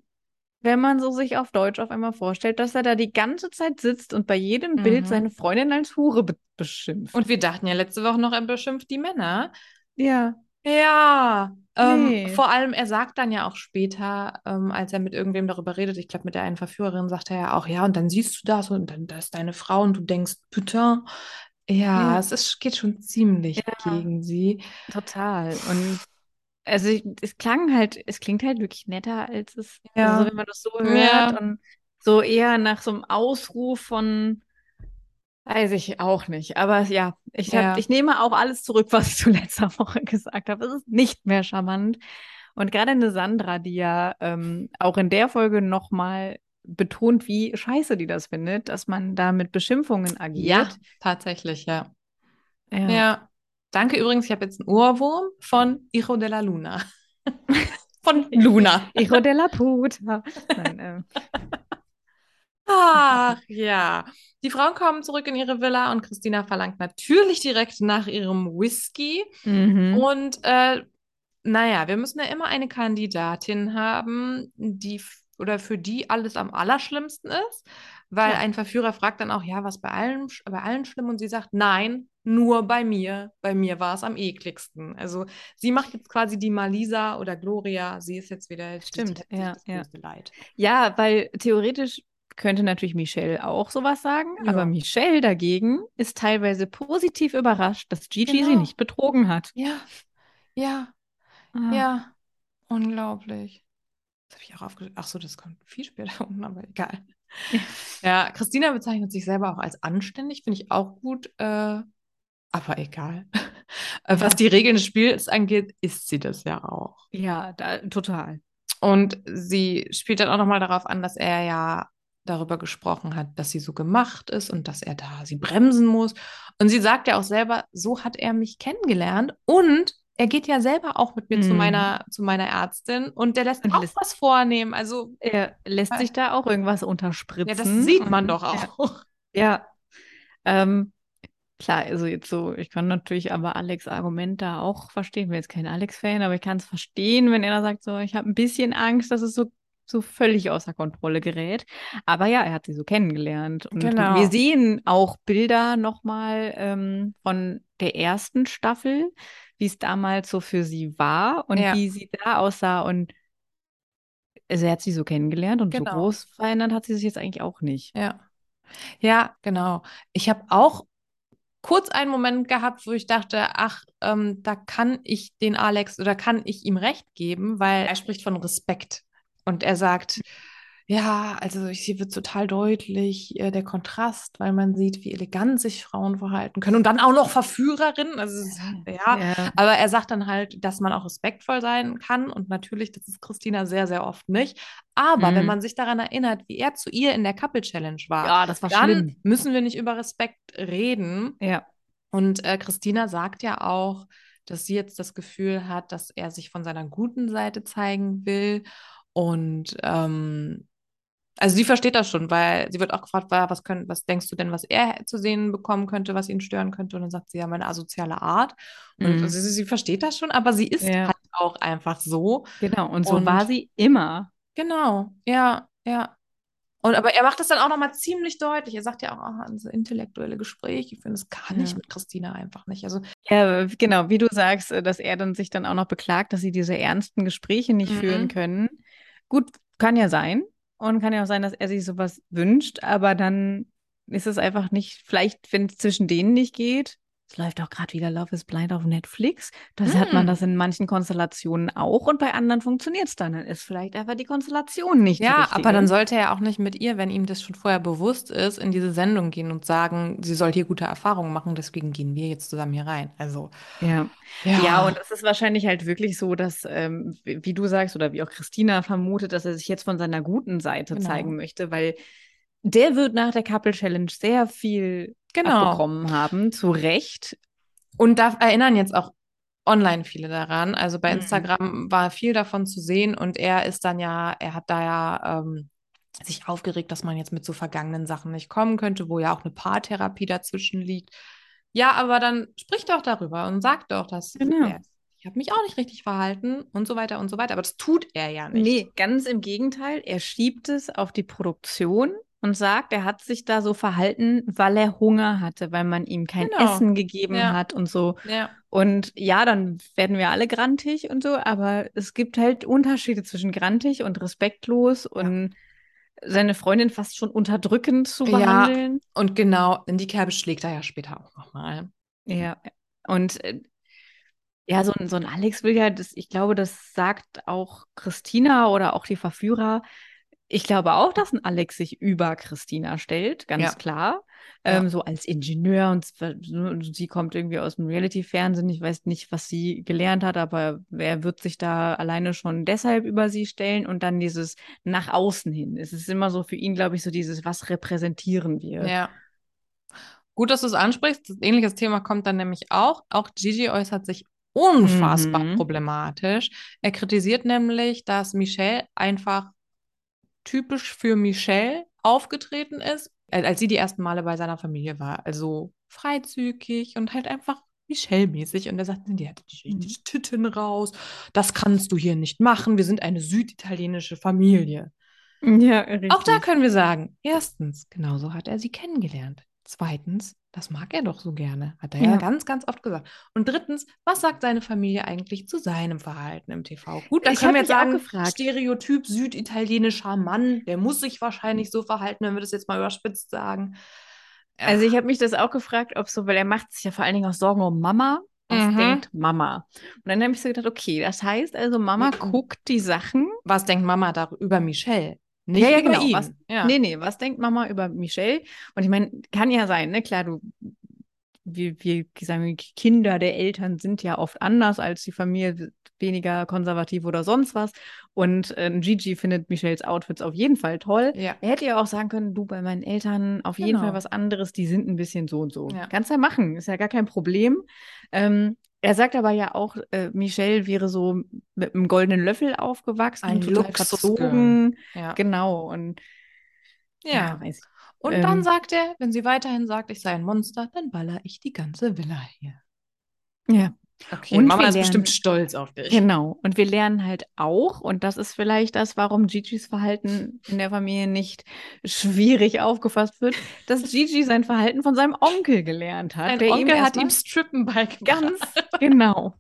C: Wenn man so sich auf Deutsch auf einmal vorstellt, dass er da die ganze Zeit sitzt und bei jedem
B: Mhm.
C: Bild seine Freundin als Hure be beschimpft.
B: Und wir dachten ja letzte Woche noch, er beschimpft die Männer.
C: ja,
B: Ja. Ähm,
C: Nee.
B: Vor allem, er sagt dann ja auch später, ähm, als er mit irgendwem darüber redet, ich glaube, mit der einen Verführerin sagt er ja auch, ja, und dann siehst du das und dann da ist deine Frau und du denkst, putain. Ja,
C: Ja.
B: es ist, geht schon ziemlich gegen sie.
C: Total. Und also ich- es klang halt, es klingt halt wirklich netter, als es,
B: Ja.
C: also wenn man das so hört
B: Ja.
C: und so eher nach so einem Ausruf von, weiß ich auch nicht. Aber ja, ich hab,
B: Ja.
C: ich nehme auch alles zurück, was ich zu letzter Woche gesagt habe. Es ist nicht mehr charmant. Und gerade eine Sandra, die ja ähm, auch in der Folge nochmal betont, wie scheiße die das findet, dass man da mit Beschimpfungen agiert.
B: Tatsächlich, ja.
C: Ja.
B: Ja. Danke übrigens, ich habe jetzt einen Ohrwurm von Hijo de la Luna. von Luna.
C: Hijo de la puta. Nein, ähm,
B: Ach ja. Die Frauen kommen zurück in ihre Villa und Christina verlangt natürlich direkt nach ihrem Whisky.
C: mhm.
B: Und äh, naja, wir müssen ja immer eine Kandidatin haben, die f- oder für die alles am allerschlimmsten ist. Weil
C: Ja.
B: ein Verführer fragt dann auch, ja, was bei allem, sch- bei allen schlimm? Und sie sagt, nein, nur bei mir. Bei mir war es am ekligsten. Also sie macht jetzt quasi die Malisa oder Gloria. Sie ist jetzt wieder die-
C: Stimmt,
B: die-
C: ja,
B: das
C: ja.
B: größte Leid.
C: Ja, weil theoretisch könnte natürlich Michelle auch sowas sagen,
B: Ja.
C: aber Michelle dagegen ist teilweise positiv überrascht, dass Gigi sie
B: Genau.
C: nicht betrogen hat.
B: Ja, ja,
C: Ah.
B: ja. Unglaublich. Das habe ich auch aufgeschrieben. Ach so, das kommt viel später unten, aber egal. Ja, Christina bezeichnet sich selber auch als anständig, finde ich auch gut, äh, aber egal. Äh, Was die Regeln des Spiels angeht, ist sie das ja auch.
C: Ja, da, total.
B: Und sie spielt dann auch nochmal darauf an, dass er ja darüber gesprochen hat, dass sie so gemacht ist und dass er da sie bremsen muss. Und sie sagt ja auch selber, so hat er mich kennengelernt und er geht ja selber auch mit mir zu
C: Mhm.
B: meiner zu meiner Ärztin und der lässt
C: Und
B: auch
C: lässt-
B: was vornehmen. Also
C: Er lässt sich da auch irgendwas unterspritzen.
B: ja, das sieht man
C: Und-
B: doch
C: Hm. Ja.
B: auch.
C: Ja. Ähm, klar, also jetzt so, ich kann natürlich aber Alex' Argument da auch verstehen. Ich bin jetzt kein Alex-Fan, aber ich kann es verstehen, wenn er da sagt, so, ich habe ein bisschen Angst, dass es so, so völlig außer Kontrolle gerät. Aber ja, er hat sie so kennengelernt. Und
B: Genau.
C: wir sehen auch Bilder nochmal ähm, von der ersten Staffel, wie es damals so für sie war und
B: Ja.
C: wie sie da aussah. Und also er hat sie so kennengelernt und
B: Genau.
C: so groß verändert hat sie sich jetzt eigentlich auch nicht.
B: Ja. Ja, genau. Ich habe auch kurz einen Moment gehabt, wo ich dachte, ach, ähm, da kann ich den Alex oder kann ich ihm recht geben, weil er spricht von Respekt und er sagt, ja, also ich- hier wird total deutlich äh, der Kontrast, weil man sieht, wie elegant sich Frauen verhalten können und dann auch noch Verführerinnen. Also es ist- ja,
C: Ja.
B: aber er sagt dann halt, dass man auch respektvoll sein kann. Und natürlich, das ist Christina sehr, sehr oft nicht. Aber wenn
C: Mhm.
B: man sich daran erinnert, wie er zu ihr in der Couple Challenge war,
C: Ja, das war
B: dann
C: schlimm.
B: müssen wir nicht über Respekt reden.
C: Ja.
B: Und äh, Christina sagt ja auch, dass sie jetzt das Gefühl hat, dass er sich von seiner guten Seite zeigen will. Und ähm, also sie versteht das schon, weil sie wird auch gefragt, wa- was, können, was denkst du denn, was er zu sehen bekommen könnte, was ihn stören könnte? Und dann sagt sie ja, meine asoziale Art. Und
C: Mhm.
B: sie, sie versteht das schon, aber sie ist
C: Ja.
B: halt auch einfach so.
C: Genau, und so
B: Und-
C: war sie immer.
B: Genau, ja, ja. Und aber er macht das dann auch nochmal ziemlich deutlich. Er sagt ja auch, ah, das intellektuelle Gespräch, ich finde, das kann ich
C: Ja.
B: mit Christina einfach nicht. Also,
C: Ja, genau, wie du sagst, äh, dass er dann sich dann auch noch beklagt, dass sie diese ernsten Gespräche nicht
B: Mhm.
C: führen können. Gut, kann ja sein. Und kann ja auch sein, dass er sich sowas wünscht, aber dann ist es einfach nicht, vielleicht, wenn es zwischen denen nicht geht. Es läuft auch gerade wieder Love is Blind auf Netflix. Da hat man
B: Mm.
C: das in manchen Konstellationen auch und bei anderen funktioniert es dann. Dann ist vielleicht einfach die Konstellation nicht die
B: ja, aber
C: richtige.
B: dann sollte er auch nicht mit ihr, wenn ihm das schon vorher bewusst ist, in diese Sendung gehen und sagen, sie soll hier gute Erfahrungen machen, deswegen gehen wir jetzt zusammen hier rein. Also,
C: Ja. Ja, und es ist wahrscheinlich halt wirklich so, dass, ähm, wie wie du sagst oder wie auch Christina vermutet, dass er sich jetzt von seiner guten Seite
B: Genau.
C: zeigen möchte, weil der wird nach der Couple Challenge sehr viel
B: genau.
C: abbekommen haben, zu Recht.
B: Und da erinnern jetzt auch online viele daran. Also bei
C: Mhm.
B: Instagram war viel davon zu sehen und er ist dann ja, er hat da ja ähm, sich aufgeregt, dass man jetzt mit so vergangenen Sachen nicht kommen könnte, wo ja auch eine Paartherapie dazwischen liegt. Ja, aber dann sprich doch darüber und sag doch, dass
C: Genau.
B: er- ich habe mich auch nicht richtig verhalten und so weiter und so weiter. Aber das tut er ja nicht.
C: Nee, ganz im Gegenteil, er schiebt es auf die Produktion und sagt, er hat sich da so verhalten, weil er Hunger hatte, weil man ihm kein
B: Genau.
C: Essen gegeben
B: Ja.
C: hat und so.
B: Ja,
C: Und ja, dann werden wir alle grantig und so, aber es gibt halt Unterschiede zwischen grantig und respektlos und seine Freundin fast schon unterdrückend zu
B: Ja.
C: behandeln.
B: und genau, in die Kerbe schlägt er ja später auch nochmal.
C: Ja. Und äh, ja, so ein, so ein Alex will ja, das, ich glaube, das sagt auch Christina oder auch die Verführer. Ich glaube auch, dass ein Alex sich über Christina stellt, ganz
B: Ja.
C: klar.
B: Ja.
C: Ähm, so als Ingenieur und zwar- und sie kommt irgendwie aus dem Reality-Fernsehen. Ich weiß nicht, was sie gelernt hat, aber wer wird sich da alleine schon deshalb über sie stellen und dann dieses nach außen hin. Es ist immer so für ihn, glaube ich, so dieses, was repräsentieren wir?
B: Ja. Gut, dass du es ansprichst. Ein ähnliches Thema kommt dann nämlich auch. Auch Gigi äußert sich unfassbar
C: Mhm.
B: problematisch. Er kritisiert nämlich, dass Michelle einfach typisch für Michelle aufgetreten ist, als als sie die ersten Male bei seiner Familie war. Also freizügig und halt einfach Michelle-mäßig. Und er sagt, die hat die,
C: Mhm.
B: die Titten raus. Das kannst du hier nicht machen. Wir sind eine süditalienische Familie.
C: Ja, richtig.
B: Auch da können wir sagen, erstens, genauso hat er sie kennengelernt. Zweitens, das mag er doch so gerne, hat er ja,
C: Ja.
B: ganz, ganz oft gesagt. Und drittens, was sagt seine Familie eigentlich zu seinem Verhalten im TV? Gut, dann
C: Ich
B: können wir
C: hab
B: jetzt
C: mich auch
B: sagen,
C: gefragt.
B: Stereotyp süditalienischer Mann, der muss sich wahrscheinlich so verhalten, wenn wir das jetzt mal überspitzt sagen.
C: Also ich habe mich das auch gefragt, ob so, weil er macht sich ja vor allen Dingen auch Sorgen um Mama und
B: Mhm.
C: denkt Mama. Und dann habe ich so gedacht, okay, das heißt also, Mama
B: Mhm.
C: guckt die Sachen.
B: Was denkt Mama darüber über Michelle? Nicht
C: Ja, ja,
B: über
C: genau,
B: ihn.
C: was-
B: ja.
C: Nee, nee, was denkt Mama über Michelle? Und ich meine, kann ja sein, ne? Klar, du, wir, wir sagen, wir, die Kinder der Eltern sind ja oft anders als die Familie, weniger konservativ oder sonst was. Und äh, Gigi findet Michelles Outfits auf jeden Fall toll.
B: Ja.
C: Er hätte ja auch sagen können, du bei meinen Eltern auf jeden
B: Genau.
C: Fall was anderes, die sind ein bisschen so und so.
B: Ja.
C: Kannst ja machen, ist ja gar kein Problem. Ähm, er sagt aber ja auch, äh, Michelle wäre so mit einem goldenen Löffel aufgewachsen,
B: Ein
C: total
B: Luxusgirl.
C: verzogen.
B: Ja.
C: Genau, und
B: ja.
C: weiß ich.
B: Und
C: Ähm,
B: dann sagt er, wenn sie weiterhin sagt, ich sei ein Monster, dann baller ich die ganze Villa hier.
C: Ja.
B: Okay,
C: Und
B: Mama
C: wir
B: ist bestimmt
C: lernen-
B: stolz auf dich.
C: Genau. Und wir lernen halt auch, und das ist vielleicht das, warum Gigi's Verhalten in der Familie nicht schwierig aufgefasst wird, dass Gigi sein Verhalten von seinem Onkel gelernt hat.
B: Ein
C: der
B: Onkel hat
C: erstmal-
B: ihm Strippen beigebracht.
C: ganz genau.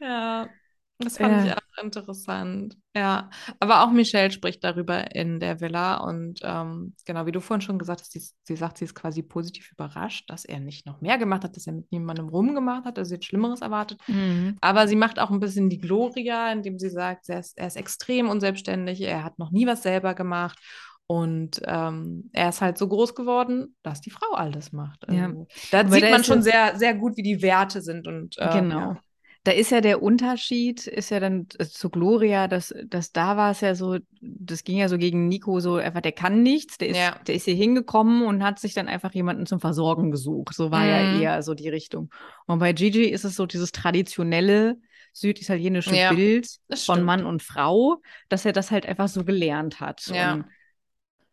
B: Ja, das fand ich
C: Ja.
B: auch interessant. Ja, aber auch Michelle spricht darüber in der Villa und ähm, genau, wie du vorhin schon gesagt hast, sie, sie sagt, sie ist quasi positiv überrascht, dass er nicht noch mehr gemacht hat, dass er mit niemandem rumgemacht hat, dass sie jetzt Schlimmeres erwartet. Aber sie macht auch ein bisschen die Gloria, indem sie sagt, er ist, er ist extrem unselbstständig, er hat noch nie was selber gemacht und ähm, er ist halt so groß geworden, dass die Frau alles macht.
C: Ja.
B: irgendwie. Da
C: Aber
B: sieht
C: da
B: man
C: ist
B: schon
C: es-
B: sehr, sehr gut, wie die Werte sind und äh,
C: Genau.
B: ja.
C: Da ist ja der Unterschied, ist ja dann äh, zu Gloria, dass, dass da war es ja so, das ging ja so gegen Nico so einfach, der kann nichts, der ist,
B: Ja.
C: der ist hier hingekommen und hat sich dann einfach jemanden zum Versorgen gesucht. So war ja
B: Mhm.
C: eher so die Richtung. Und bei Gigi ist es so dieses traditionelle süditalienische
B: Ja,
C: Bild
B: das
C: von
B: stimmt.
C: Mann und Frau, dass er das halt einfach so gelernt hat.
B: Ja.
C: Und,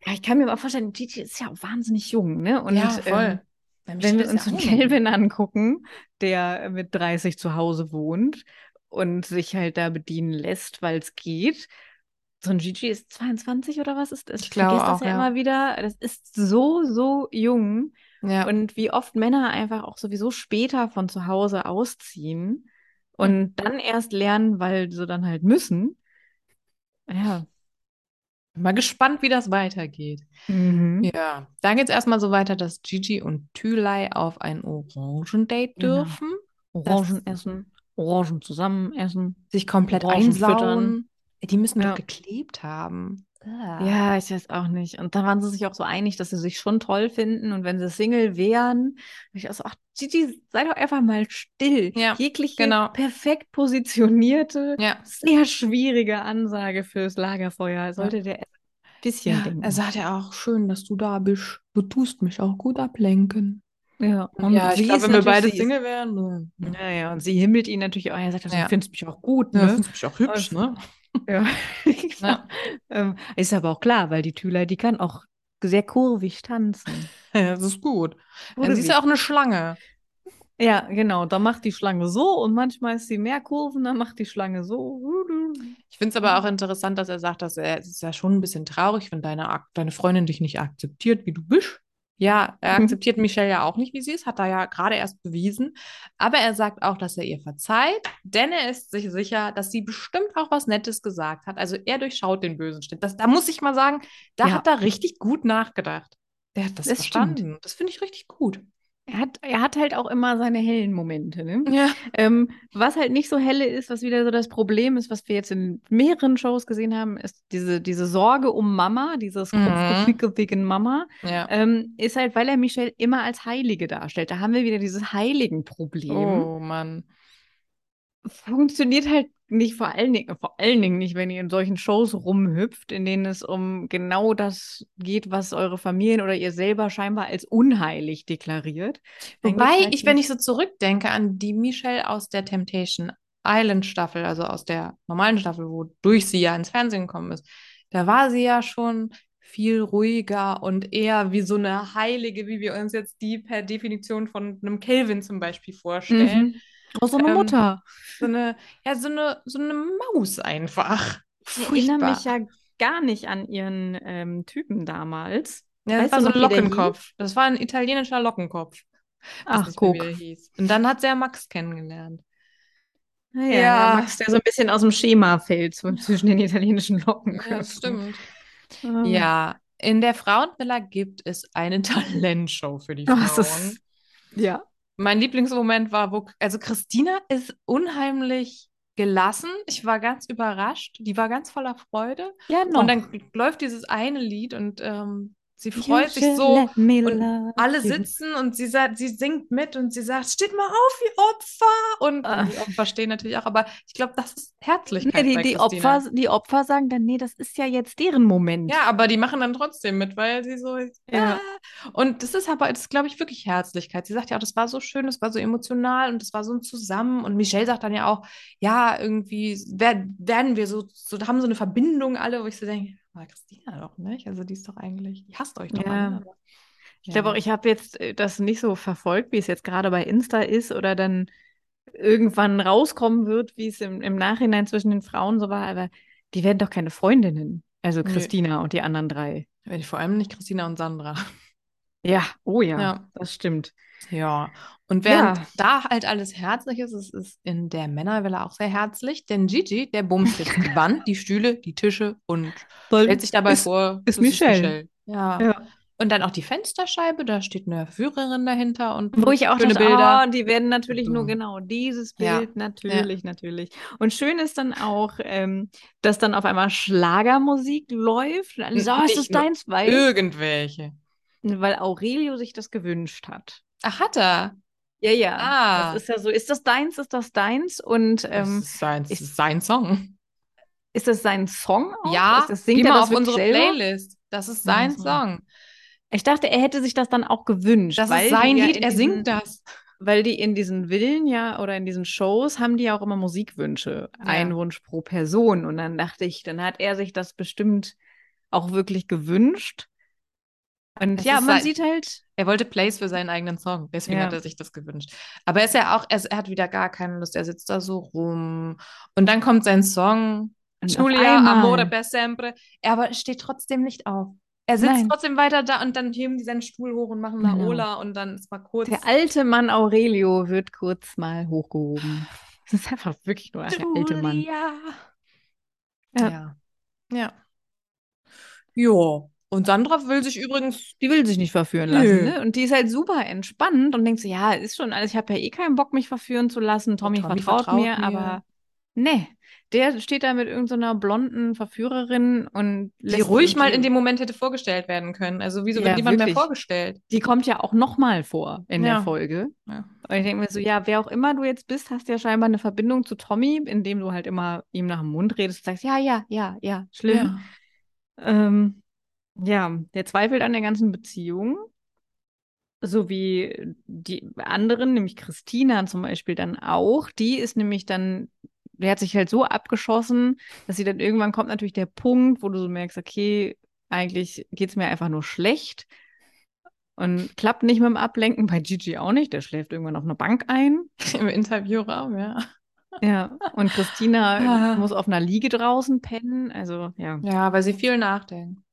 C: ja, ich kann mir aber vorstellen, Gigi ist ja auch wahnsinnig jung, ne? Und
B: ja,
C: ähm,
B: voll.
C: wenn wir uns den Kelvin angucken, der mit 30 zu Hause wohnt und sich halt da bedienen lässt, weil es geht. So ein Gigi ist 22 oder was ist das?
B: Ich glaube
C: vergesse das
B: auch,
C: ja,
B: ja.
C: immer wieder. Das ist so, so jung.
B: Ja.
C: Und wie oft Männer einfach auch sowieso später von zu Hause ausziehen und dann erst lernen, weil sie dann halt müssen. Ja.
B: Bin mal gespannt, wie das weitergeht.
C: Mhm.
B: Ja, dann geht es erstmal so weiter, dass Gigi und Thülei auf ein Orangendate
C: Genau.
B: dürfen,
C: Orangen essen, Orangen zusammen essen.
B: sich komplett
C: Orangen
B: einsauen.
C: füttern.
B: Die müssen
C: Ja.
B: doch geklebt haben. Ja.
C: Ja, ich weiß auch nicht. Und dann waren sie sich auch so einig, dass sie sich schon toll finden. Und wenn sie Single wären, hab ich auch so, ach, Gigi, sei doch einfach mal still.
B: Ja,
C: Jegliche
B: genau.
C: perfekt positionierte,
B: Ja.
C: sehr schwierige Ansage fürs Lagerfeuer. Sollte der ein bisschen
B: Ja, also
C: denken.
B: er sagt ja auch, schön, dass du da bist. Du tust mich auch gut ablenken.
C: ja, und sie ist natürlich- sie ist-
B: wären. Ja,
C: Ja, ja, und sie himmelt ihn natürlich auch. Er sagt, also,
B: Ja.
C: du findest mich auch gut,
B: ja.
C: ne?
B: findest mich auch hübsch,
C: Aber-
B: ne?
C: Ja.
B: Ja.
C: Ähm, ist aber auch klar, weil die Tüler, die kann auch sehr kurvig tanzen.
B: Ja, Das ist gut. Dann
C: Kurvig.
B: siehst du auch eine Schlange.
C: Ja, genau. Dann macht die Schlange so und manchmal ist sie mehr Kurven, dann macht die Schlange so.
B: Ich finde es aber auch interessant, dass er sagt, dass er es ist ja schon ein bisschen traurig, wenn deine, Ak- deine Freundin dich nicht akzeptiert, wie du bist. Ja, er
C: Mhm.
B: akzeptiert Michelle ja auch nicht, wie sie ist, hat er ja gerade erst bewiesen. Aber er sagt auch, dass er ihr verzeiht, denn er ist sich sicher, dass sie bestimmt auch was Nettes gesagt hat. Also er durchschaut den bösen Schnitt. Das, da muss ich mal sagen, da
C: Ja.
B: hat er richtig gut nachgedacht. Der hat das,
C: Das stimmt.
B: verstanden. Das finde ich richtig gut.
C: Er hat, er hat halt auch immer seine hellen Momente, ne?
B: Ja.
C: Ähm, was halt nicht so helle ist, was wieder so das Problem ist, was wir jetzt in mehreren Shows gesehen haben, ist diese, diese Sorge um Mama, dieses
B: Mhm.
C: Kupferfickel wegen Mama,
B: ja.
C: ähm, ist halt, weil er Michelle immer als Heilige darstellt. Da haben wir wieder dieses Heiligenproblem.
B: Oh Mann.
C: funktioniert halt nicht vor allen Dingen, vor allen Dingen nicht, wenn ihr in solchen Shows rumhüpft, in denen es um genau das geht, was eure Familien oder ihr selber scheinbar als unheilig deklariert. Dann geht's
B: Wobei
C: halt
B: ich, wenn
C: nicht-
B: ich so zurückdenke an die Michelle aus der Temptation Island Staffel, also aus der normalen Staffel, wodurch sie ja ins Fernsehen gekommen ist, da war sie ja schon viel ruhiger und eher wie so eine Heilige, wie wir uns jetzt die per Definition von einem Kelvin zum Beispiel vorstellen.
C: Mhm. Oh, so eine
B: Ähm,
C: Mutter.
B: So eine, ja, so eine, so eine Maus einfach.
C: Ich erinnere mich
B: Furchtbar.
C: ja gar nicht an ihren ähm, Typen damals.
B: Ja, das
C: Weißt du
B: war so
C: noch,
B: ein
C: wie der
B: Lockenkopf. Das war ein italienischer Lockenkopf. Ich weiß
C: Ach,
B: nicht mehr, wie
C: guck.
B: der hieß. Und dann hat sie ja Max kennengelernt.
C: Naja,
B: Ja.
C: Ah ja. Max, der so ein bisschen aus dem Schema fällt so zwischen den italienischen Lockenköpfen. Ähm,
B: Ja, in der Frauenvilla gibt es eine Talentshow für die
C: Oh,
B: Frauen.
C: es ist- Ja.
B: Mein Lieblingsmoment war, wo, also Christina ist unheimlich gelassen. Ich war ganz überrascht. Die war ganz voller Freude.
C: Ja, noch.
B: Und dann läuft dieses eine Lied und ähm, sie freut sich so. und alle sitzen und sie sagt, sie singt mit und sie sagt, steht mal auf, ihr Opfer! Und
C: Ah.
B: die Opfer stehen natürlich auch, aber ich glaube, das ist Herzlichkeit
C: Nee, die,
B: Halt bei
C: die,
B: Christina.
C: Opfer, die Opfer sagen dann, nee, das ist ja jetzt deren Moment.
B: Ja, aber die machen dann trotzdem mit, weil sie so.
C: Ja.
B: Ah. Und das ist aber, das glaube ich, wirklich Herzlichkeit. Sie sagt ja auch, das war so schön, das war so emotional und das war so ein Zusammen. Und Michelle sagt dann ja auch, ja, irgendwie wer- werden wir so, so haben so eine Verbindung alle, wo ich so denke, aber Christina doch nicht. Also die ist doch eigentlich, die hasst euch doch
C: Ja.
B: alle. aber-
C: Ich glaube auch, ich habe jetzt äh, das nicht so verfolgt, wie es jetzt gerade bei Insta ist oder dann irgendwann rauskommen wird, wie es im, im Nachhinein zwischen den Frauen so war. Aber die werden doch keine Freundinnen. Also
B: Nee.
C: Christina und die anderen drei.
B: Wenn ich vor allem nicht Christina und Sandra.
C: Ja, oh ja,
B: Ja.
C: das stimmt.
B: Ja, und während
C: Ja.
B: da halt alles herzlich ist, es ist in der Männerwelle auch sehr herzlich, denn Gigi, der bumst jetzt die Wand, die Stühle, die Tische und stellt sich dabei
C: Ähm, Ist-
B: vor,
C: ist
B: das
C: Michelle.
B: Ja.
C: Ja.
B: Und dann auch die Fensterscheibe, da steht eine Führerin dahinter und
C: Wo ich auch
B: schöne
C: dachte,
B: Bilder.
C: oh, die werden natürlich nur
B: Mhm.
C: genau dieses
B: Ja.
C: Bild, natürlich, natürlich. Und schön ist dann auch, ähm, dass dann auf einmal Schlagermusik läuft und alle so, oh,
B: Nicht
C: ist das
B: nur
C: deins, weil,
B: Irgendwelche.
C: weil Aurelio sich das gewünscht hat.
B: Ach, hat er.
C: Ja, ja.
B: Ah.
C: Das ist ja so, ist das deins, ist das deins? Und ähm,
B: das ist sein, das
C: ist-
B: ist sein Song.
C: ist das sein Song auch?
B: Ja,
C: Oh, ist das,
B: Geh
C: singt er
B: mal
C: das
B: auf unsere
C: wirklich selber?
B: Playlist. Das ist
C: Ja,
B: sein
C: so.
B: Song.
C: Ich dachte, er hätte sich das dann auch gewünscht.
B: Das
C: weil
B: ist sein
C: die ja
B: Lied,
C: in
B: er
C: diesen-
B: singt das.
C: Weil die in diesen Villen ja oder in diesen Shows haben die ja auch immer Musikwünsche.
B: Ja.
C: Ein Wunsch pro Person. Und dann dachte ich, dann hat er sich das bestimmt auch wirklich gewünscht. Und
B: Es
C: ja,
B: ist
C: man
B: sein-
C: sieht halt,
B: Er wollte Plays für seinen eigenen Song, deswegen
C: Ja.
B: hat er sich das gewünscht. Aber er ist ja auch, er, er hat wieder gar keine Lust, er sitzt da so rum. Und dann kommt sein Song,
C: und auf
B: Julia,
C: einmal-
B: Amore per sempre. Er aber steht trotzdem nicht auf. Er sitzt
C: Nein.
B: trotzdem weiter da und dann heben die seinen Stuhl hoch und machen
C: Genau.
B: Laola und dann ist mal kurz.
C: Der alte Mann Aurelio wird kurz mal hochgehoben. Das ist einfach wirklich nur der alte Mann.
B: Julia.
C: Ja.
B: Ja. Ja. Jo. Und Sandra will sich übrigens
C: Die will sich nicht verführen lassen,
B: Nö.
C: ne? Und die ist halt super entspannt und denkt so, ja, ist schon alles, ich habe ja eh keinen Bock, mich verführen zu lassen. Tommy,
B: Tommy
C: vertraut,
B: vertraut
C: mir,
B: mir.
C: aber nee. Der steht da mit irgendeiner blonden Verführerin und
B: die ruhig mal in dem Moment hätte vorgestellt werden können. Also wieso
C: Ja,
B: wird niemand mehr
C: wirklich.
B: vorgestellt?
C: Die kommt ja auch nochmal vor in
B: Ja.
C: der Folge.
B: Ja.
C: Und ich denke mir so, ja, wer auch immer du jetzt bist, hast ja scheinbar eine Verbindung zu Tommy, indem du halt immer ihm nach dem Mund redest und sagst, ja, ja, ja, ja, schlimm. Ähm, ja, der zweifelt an der ganzen Beziehung, so wie die anderen, nämlich Christina zum Beispiel dann auch. Die ist nämlich dann, der hat sich halt so abgeschossen, dass sie dann irgendwann kommt natürlich der Punkt, wo du so merkst, okay, eigentlich geht's mir einfach nur schlecht und klappt nicht mit dem Ablenken, bei Gigi auch nicht, der schläft irgendwann auf einer Bank ein.
B: Im Interviewraum, ja.
C: Ja, und Christina
B: Ah.
C: muss auf einer Liege draußen pennen, also ja.
B: Ja, weil sie viel nachdenken.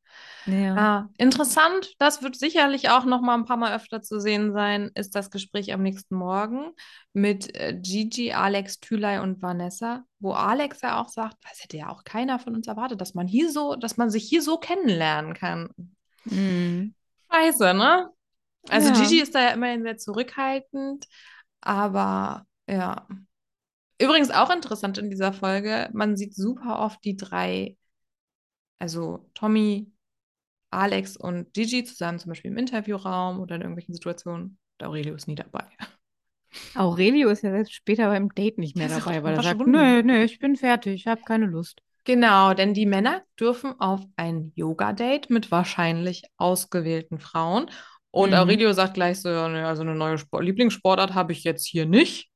C: Ja.
B: Ah, interessant, das wird sicherlich auch noch mal ein paar Mal öfter zu sehen sein, ist das Gespräch am nächsten Morgen mit äh, Gigi, Alex, Thülei und Vanessa, wo Alex ja auch sagt, das hätte ja auch keiner von uns erwartet, dass man hier so, dass man sich hier so kennenlernen kann.
C: Mhm.
B: Scheiße, ne? Also
C: Ja.
B: Gigi ist da ja immerhin sehr zurückhaltend, aber ja. Übrigens auch interessant in dieser Folge, man sieht super oft die drei, also Tommy, Alex und Gigi zusammen, zum Beispiel im Interviewraum oder in irgendwelchen Situationen. Und Aurelio ist nie dabei.
C: Aurelio ist ja selbst später beim Date nicht mehr
B: Der ist
C: dabei,
B: auch
C: weil er sagt,
B: verschwunden.
C: nö, nö, ich bin fertig, ich habe keine Lust.
B: Genau, denn die Männer dürfen auf ein Yoga-Date mit wahrscheinlich ausgewählten Frauen. Und
C: Mhm.
B: Aurelio sagt gleich so, ja, nö, also eine neue Sport Lieblingssportart habe ich jetzt hier nicht.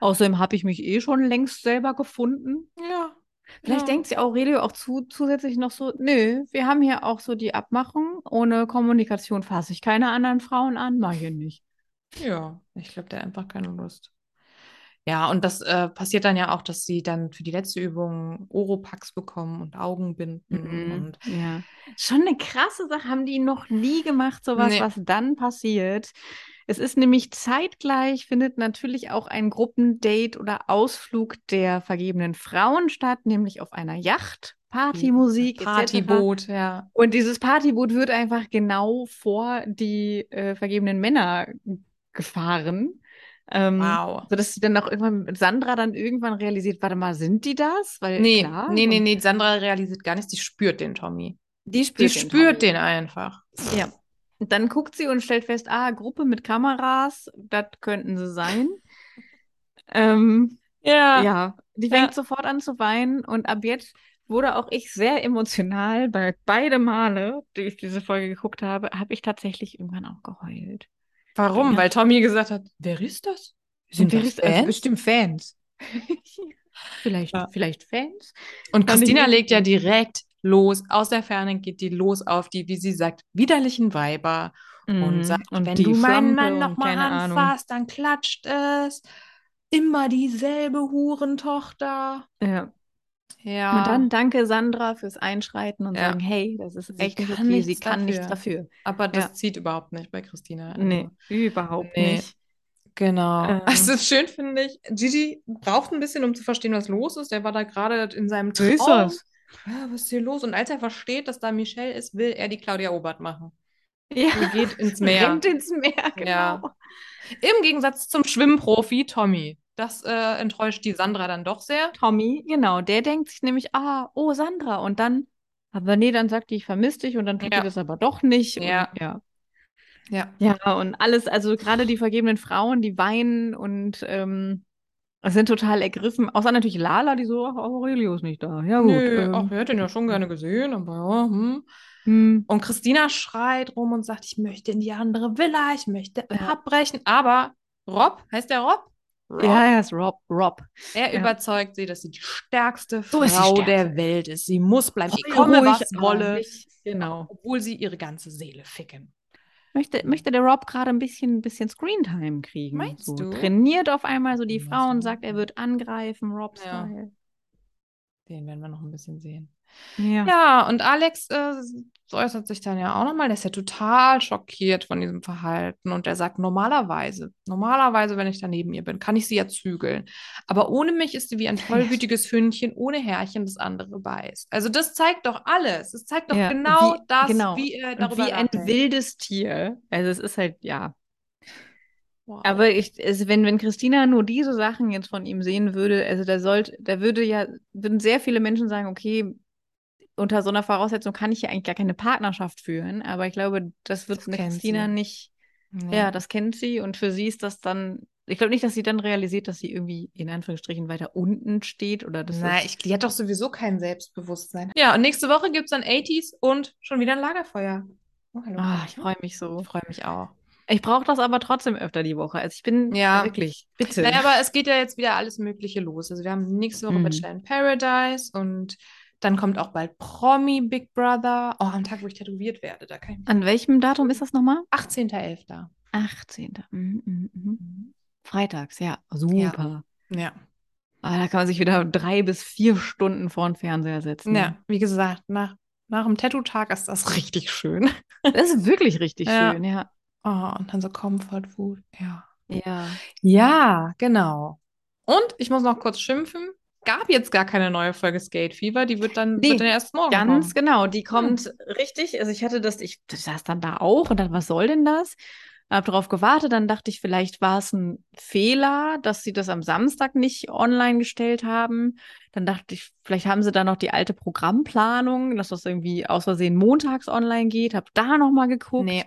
C: Außerdem habe ich mich eh schon längst selber gefunden.
B: Ja.
C: Vielleicht
B: ja.
C: denkt sich Aurelio auch zu, zusätzlich noch so, nö, wir haben hier auch so die Abmachung, ohne Kommunikation fasse ich keine anderen Frauen an, mach ich nicht.
B: Ja, ich glaube, der hat einfach keine Lust. Ja, und das äh, passiert dann ja auch, dass sie dann für die letzte Übung Oropax bekommen und Augenbinden
C: Mhm.
B: und
C: Ja. Schon eine krasse Sache, haben die noch nie gemacht, sowas,
B: Nee.
C: was dann passiert. Es ist nämlich zeitgleich, findet natürlich auch ein Gruppendate oder Ausflug der vergebenen Frauen statt, nämlich auf einer Yacht, Partymusik, etc.
B: Partyboot, Hm, ja.
C: Und dieses Partyboot wird einfach genau vor die äh, vergebenen Männer gefahren. Ähm,
B: Wow.
C: So dass sie dann auch irgendwann, Sandra dann irgendwann realisiert, warte mal, sind die das? Weil
B: Nee,
C: klar,
B: nee, nee,
C: und
B: nee, Sandra realisiert gar nichts, die spürt den Tommy.
C: die spürt
B: Die
C: den
B: spürt
C: Tommy.
B: den einfach.
C: Ja. Und dann guckt sie und stellt fest, ah, Gruppe mit Kameras, das könnten sie sein. ähm,
B: Ja.
C: ja, die
B: Ja.
C: fängt sofort an zu weinen und ab jetzt wurde auch ich sehr emotional, weil beide Male, die ich diese Folge geguckt habe, habe ich tatsächlich irgendwann auch geheult.
B: Warum?
C: Ja.
B: Weil Tommy gesagt hat, wer ist das?
C: Wer ist das?
B: Bestimmt Fans.
C: vielleicht,
B: Ja.
C: vielleicht Fans.
B: Und
C: Kann ich
B: Christina
C: nicht.
B: legt ja direkt los. Aus der Ferne geht die los auf die, wie sie sagt, widerlichen Weiber Mhm. und sagt, wenn du meinen Mann nochmal anfasst, dann klatscht es. Immer dieselbe Hurentochter.
C: Ja.
B: Ja.
C: Und dann danke Sandra fürs Einschreiten und
B: Ja.
C: sagen, hey, das ist
B: Sie
C: echt nicht
B: kann
C: okay,
B: nichts
C: sie kann nichts dafür.
B: Aber das
C: Ja.
B: zieht überhaupt nicht bei Christina. Also,
C: Nee, überhaupt
B: Nee.
C: nicht.
B: Genau.
C: Ähm.
B: Also schön finde ich, Gigi braucht ein bisschen, um zu verstehen, was los ist. Der war da gerade in seinem
C: So
B: Traum.
C: ist das.
B: Ja, was ist hier los? Und als er versteht, dass da Michelle ist, will er die Claudia Obert machen.
C: Ja.
B: Sie geht ins Meer.
C: Rennt ins Meer, genau.
B: Ja. Im Gegensatz zum Schwimmprofi Tommy. Das äh, enttäuscht die Sandra dann doch sehr.
C: Tommy, genau, der denkt sich nämlich, ah, oh, Sandra. Und dann, aber nee, dann sagt die, ich vermisse dich und dann tut
B: Ja.
C: die das aber doch nicht.
B: Ja.
C: Und, ja.
B: Ja.
C: Ja, und alles, also gerade die vergebenen Frauen, die weinen und ähm, sind total ergriffen. Außer natürlich Lala, die so, ach, Aurelio ist nicht da. Ja, gut.
B: Nö,
C: ähm,
B: ach, wir hätten ihn ja schon gerne gesehen, aber ja, hm.
C: hm.
B: Und Christina schreit rum und sagt, ich möchte in die andere Villa, ich möchte
C: Ja.
B: abbrechen. Aber Rob, heißt der Rob? Rob.
C: Ja, er ist Rob. Rob.
B: Er
C: Ja.
B: überzeugt sie, dass sie die stärkste
C: So ist sie
B: Frau
C: stärker.
B: der Welt ist. Sie muss bleiben. Ich
C: Heul
B: komme,
C: ruhig,
B: was
C: aber
B: wolle,
C: nicht- Genau.
B: obwohl sie ihre ganze Seele ficken.
C: Möchte, möchte der Rob gerade ein bisschen, ein bisschen Screentime kriegen?
B: Meinst
C: so,
B: du?
C: Trainiert auf einmal so die
B: Ja,
C: Frauen,
B: so.
C: sagt, er wird angreifen, Rob-Style.
B: Den werden wir noch ein bisschen sehen.
C: Ja.
B: Ja, und Alex äh, äußert sich dann ja auch nochmal. Der ist ja total schockiert von diesem Verhalten. Und er sagt, normalerweise, normalerweise, wenn ich da neben ihr bin, kann ich sie ja zügeln. Aber ohne mich ist sie wie ein tollwütiges Hündchen ohne Härchen, das andere beißt. Also das zeigt doch alles. Es zeigt doch
C: Ja,
B: genau
C: wie-
B: das,
C: genau.
B: wie er
C: Und
B: darüber
C: wie ein
B: nachdenkt.
C: wildes Tier. Also es ist halt, ja.
B: Wow.
C: Aber ich, es, wenn, wenn Christina nur diese Sachen jetzt von ihm sehen würde, also da sollte, da würde ja, würden sehr viele Menschen sagen, okay, unter so einer Voraussetzung kann ich ja eigentlich gar keine Partnerschaft führen, aber ich glaube, das wird
B: Das
C: eine
B: kennt
C: Christina
B: sie.
C: nicht.
B: Nee.
C: Ja, das kennt sie und für sie ist das dann, ich glaube nicht, dass sie dann realisiert, dass sie irgendwie in Anführungsstrichen weiter unten steht oder das
B: Na,
C: ist,
B: ich, die hat doch sowieso kein Selbstbewusstsein. Ja, und nächste Woche gibt es dann 80s und schon wieder ein Lagerfeuer. Oh, hallo.
C: ah, ich freue mich so.
B: Ich freue mich auch.
C: Ich brauche das aber trotzdem öfter die Woche. Also ich bin
B: Ja.
C: wirklich, bitte.
B: Naja, aber es geht ja jetzt wieder alles Mögliche los. Also wir haben nächste Woche
C: Mhm.
B: Bachelor in Paradise und dann kommt auch bald Promi Big Brother. Oh, am Tag, wo ich tätowiert werde, da kann ich mich.
C: An welchem Datum ist das nochmal?
B: 18.11.
C: 18. Mhm, mhm, mhm. Freitags, ja, super.
B: Ja.
C: Ah, da kann man sich wieder drei bis vier Stunden vor den Fernseher setzen.
B: Ja, wie gesagt, nach, nach dem Tattoo-Tag ist das richtig schön.
C: Das ist wirklich richtig
B: Ja.
C: schön, ja.
B: Oh, und dann so Comfort Food. Ja.
C: Ja.
B: Ja, genau. Und ich muss noch kurz schimpfen. Gab jetzt gar keine neue Folge Skate Fever. Die wird dann,
C: Nee,
B: wird dann erst morgen
C: Ganz
B: kommen.
C: genau, die
B: Ah.
C: kommt richtig. Also ich hatte das, ich saß dann da auch und dann, was soll denn das? Hab drauf gewartet, dann dachte ich, vielleicht war es ein Fehler, dass sie das am Samstag nicht online gestellt haben. Dann dachte ich, vielleicht haben sie da noch die alte Programmplanung, dass das irgendwie aus Versehen montags online geht. Hab da nochmal geguckt,
B: Nee.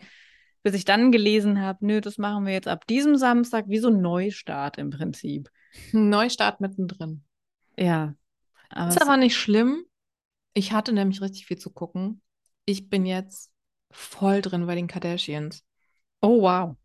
C: bis ich dann gelesen habe, nö, das machen wir jetzt ab diesem Samstag, wie so ein Neustart im Prinzip.
B: Neustart mittendrin.
C: Ja. Aber
B: Ist aber nicht schlimm. Ich hatte nämlich richtig viel zu gucken. Ich bin jetzt voll drin bei den Kardashians.
C: oh wow.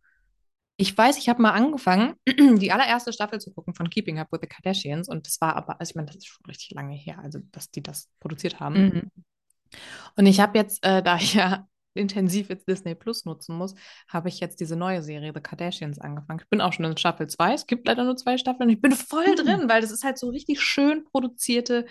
B: Ich weiß, ich habe mal angefangen, die allererste Staffel zu gucken von Keeping Up with the Kardashians. Und das war aber, also ich meine, das ist schon richtig lange her, also dass die das produziert haben.
C: Mhm.
B: Und ich habe jetzt, äh, da ich ja intensiv jetzt Disney Plus nutzen muss, habe ich jetzt diese neue Serie The Kardashians angefangen. Ich bin auch schon in Staffel 2. Es gibt leider nur zwei Staffeln. Ich bin voll
C: Hm.
B: drin, weil das ist halt so richtig schön produzierte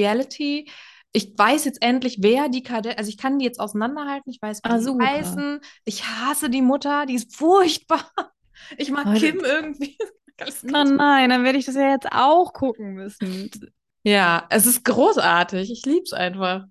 B: Reality. Ich weiß jetzt endlich, wer die Kardashians, also ich kann die jetzt auseinanderhalten. Ich weiß, wie
C: Ah,
B: die
C: super.
B: heißen. Ich hasse die Mutter, die ist furchtbar. Ich mag
C: Leute.
B: Kim irgendwie. Alles
C: Na Oh nein, dann werde ich das ja jetzt auch gucken müssen.
B: Ja, es ist großartig. Ich lieb's einfach.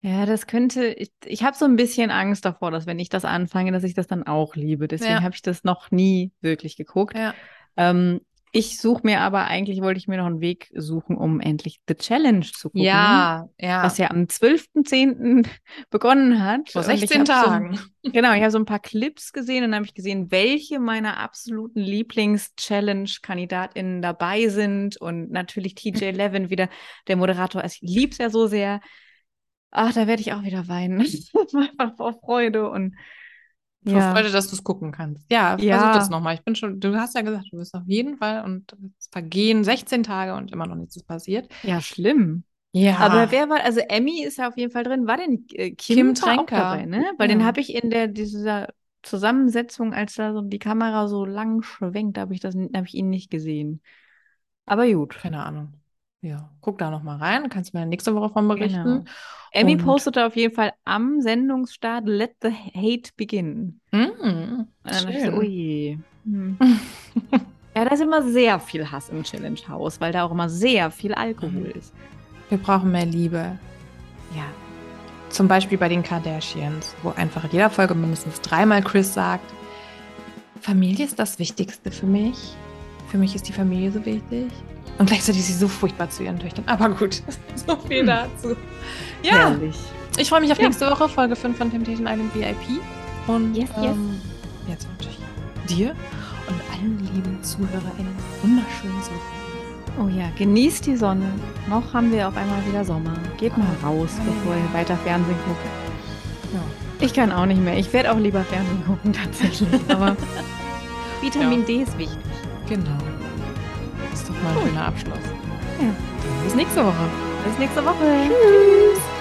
C: Ja, das könnte, ich, ich habe so ein bisschen Angst davor, dass wenn ich das anfange, dass ich das dann auch liebe. Deswegen
B: Ja.
C: habe ich das noch nie wirklich geguckt.
B: Ja.
C: Ähm, ich suche mir aber, eigentlich wollte ich mir noch einen Weg suchen, um endlich The Challenge zu gucken.
B: Ja, Mhm. ja.
C: Was ja am 12.10. begonnen hat.
B: Vor
C: Und ich
B: 16
C: hab so ein-
B: Tagen.
C: Genau, ich habe so ein paar Clips gesehen und dann habe ich gesehen, welche meiner absoluten Lieblings-Challenge-KandidatInnen dabei sind und natürlich TJ Levin wieder, der Moderator. Also ich lieb's ja so sehr. Ach, da werde ich auch wieder weinen. Einfach vor Freude und
B: Vor
C: ja.
B: Freude, dass du es gucken kannst. Ja,
C: Ja.
B: versuch das nochmal. Ich bin schon, du hast ja gesagt, du bist auf jeden Fall und es vergehen 16 Tage und immer noch nichts ist passiert.
C: ja, schlimm.
B: Ja.
C: Aber wer war, also Emmy ist ja auf jeden Fall drin. War denn äh, Kim,
B: Kim
C: war auch
B: Tränker.
C: dabei, ne? Weil den
B: Ja.
C: habe ich in der dieser Zusammensetzung, als da so die Kamera so lang schwenkt, habe ich das, habe ich ihn nicht gesehen. Aber gut.
B: Keine Ahnung. Ja, guck da nochmal rein. Kannst mir dann nächste Woche von berichten.
C: Genau. Emmy
B: Und-
C: postete auf jeden Fall am Sendungsstart Let the Hate Begin.
B: Mm,
C: Und Genau. dann dachte ich so,
B: schön.
C: oh je. Hm. ja, da ist immer sehr viel Hass im Challenge House, weil da auch immer sehr viel Alkohol
B: Mhm.
C: ist.
B: Wir brauchen mehr Liebe.
C: Ja.
B: Zum Beispiel bei den Kardashians, wo einfach in jeder Folge mindestens dreimal Chris sagt, Familie ist das Wichtigste für mich. Für mich ist die Familie so wichtig. Und gleichzeitig ist sie so furchtbar zu ihren Töchtern. Aber gut, so viel
C: Hm.
B: dazu. Ja,
C: Herrlich.
B: ich freue mich auf
C: Ja.
B: nächste Woche, Folge 5 von Temptation Island VIP. Und
C: Yes, yes.
B: ähm, jetzt wünsche ich dir und allen lieben Zuhörern einen wunderschönen Woche.
C: Oh ja, genießt die Sonne. Noch haben wir auf einmal wieder Sommer. Geht mal raus,
B: Ah.
C: bevor ihr weiter Fernsehen guckt.
B: Ja.
C: Ich kann auch nicht mehr. Ich werde auch lieber Fernsehen gucken, tatsächlich. Aber Vitamin
B: Ja.
C: D ist wichtig.
B: Genau. Ist doch mal ein
C: Cool.
B: schöner Abschluss.
C: Ja.
B: Bis nächste Woche.
C: Bis nächste Woche. Tschüss.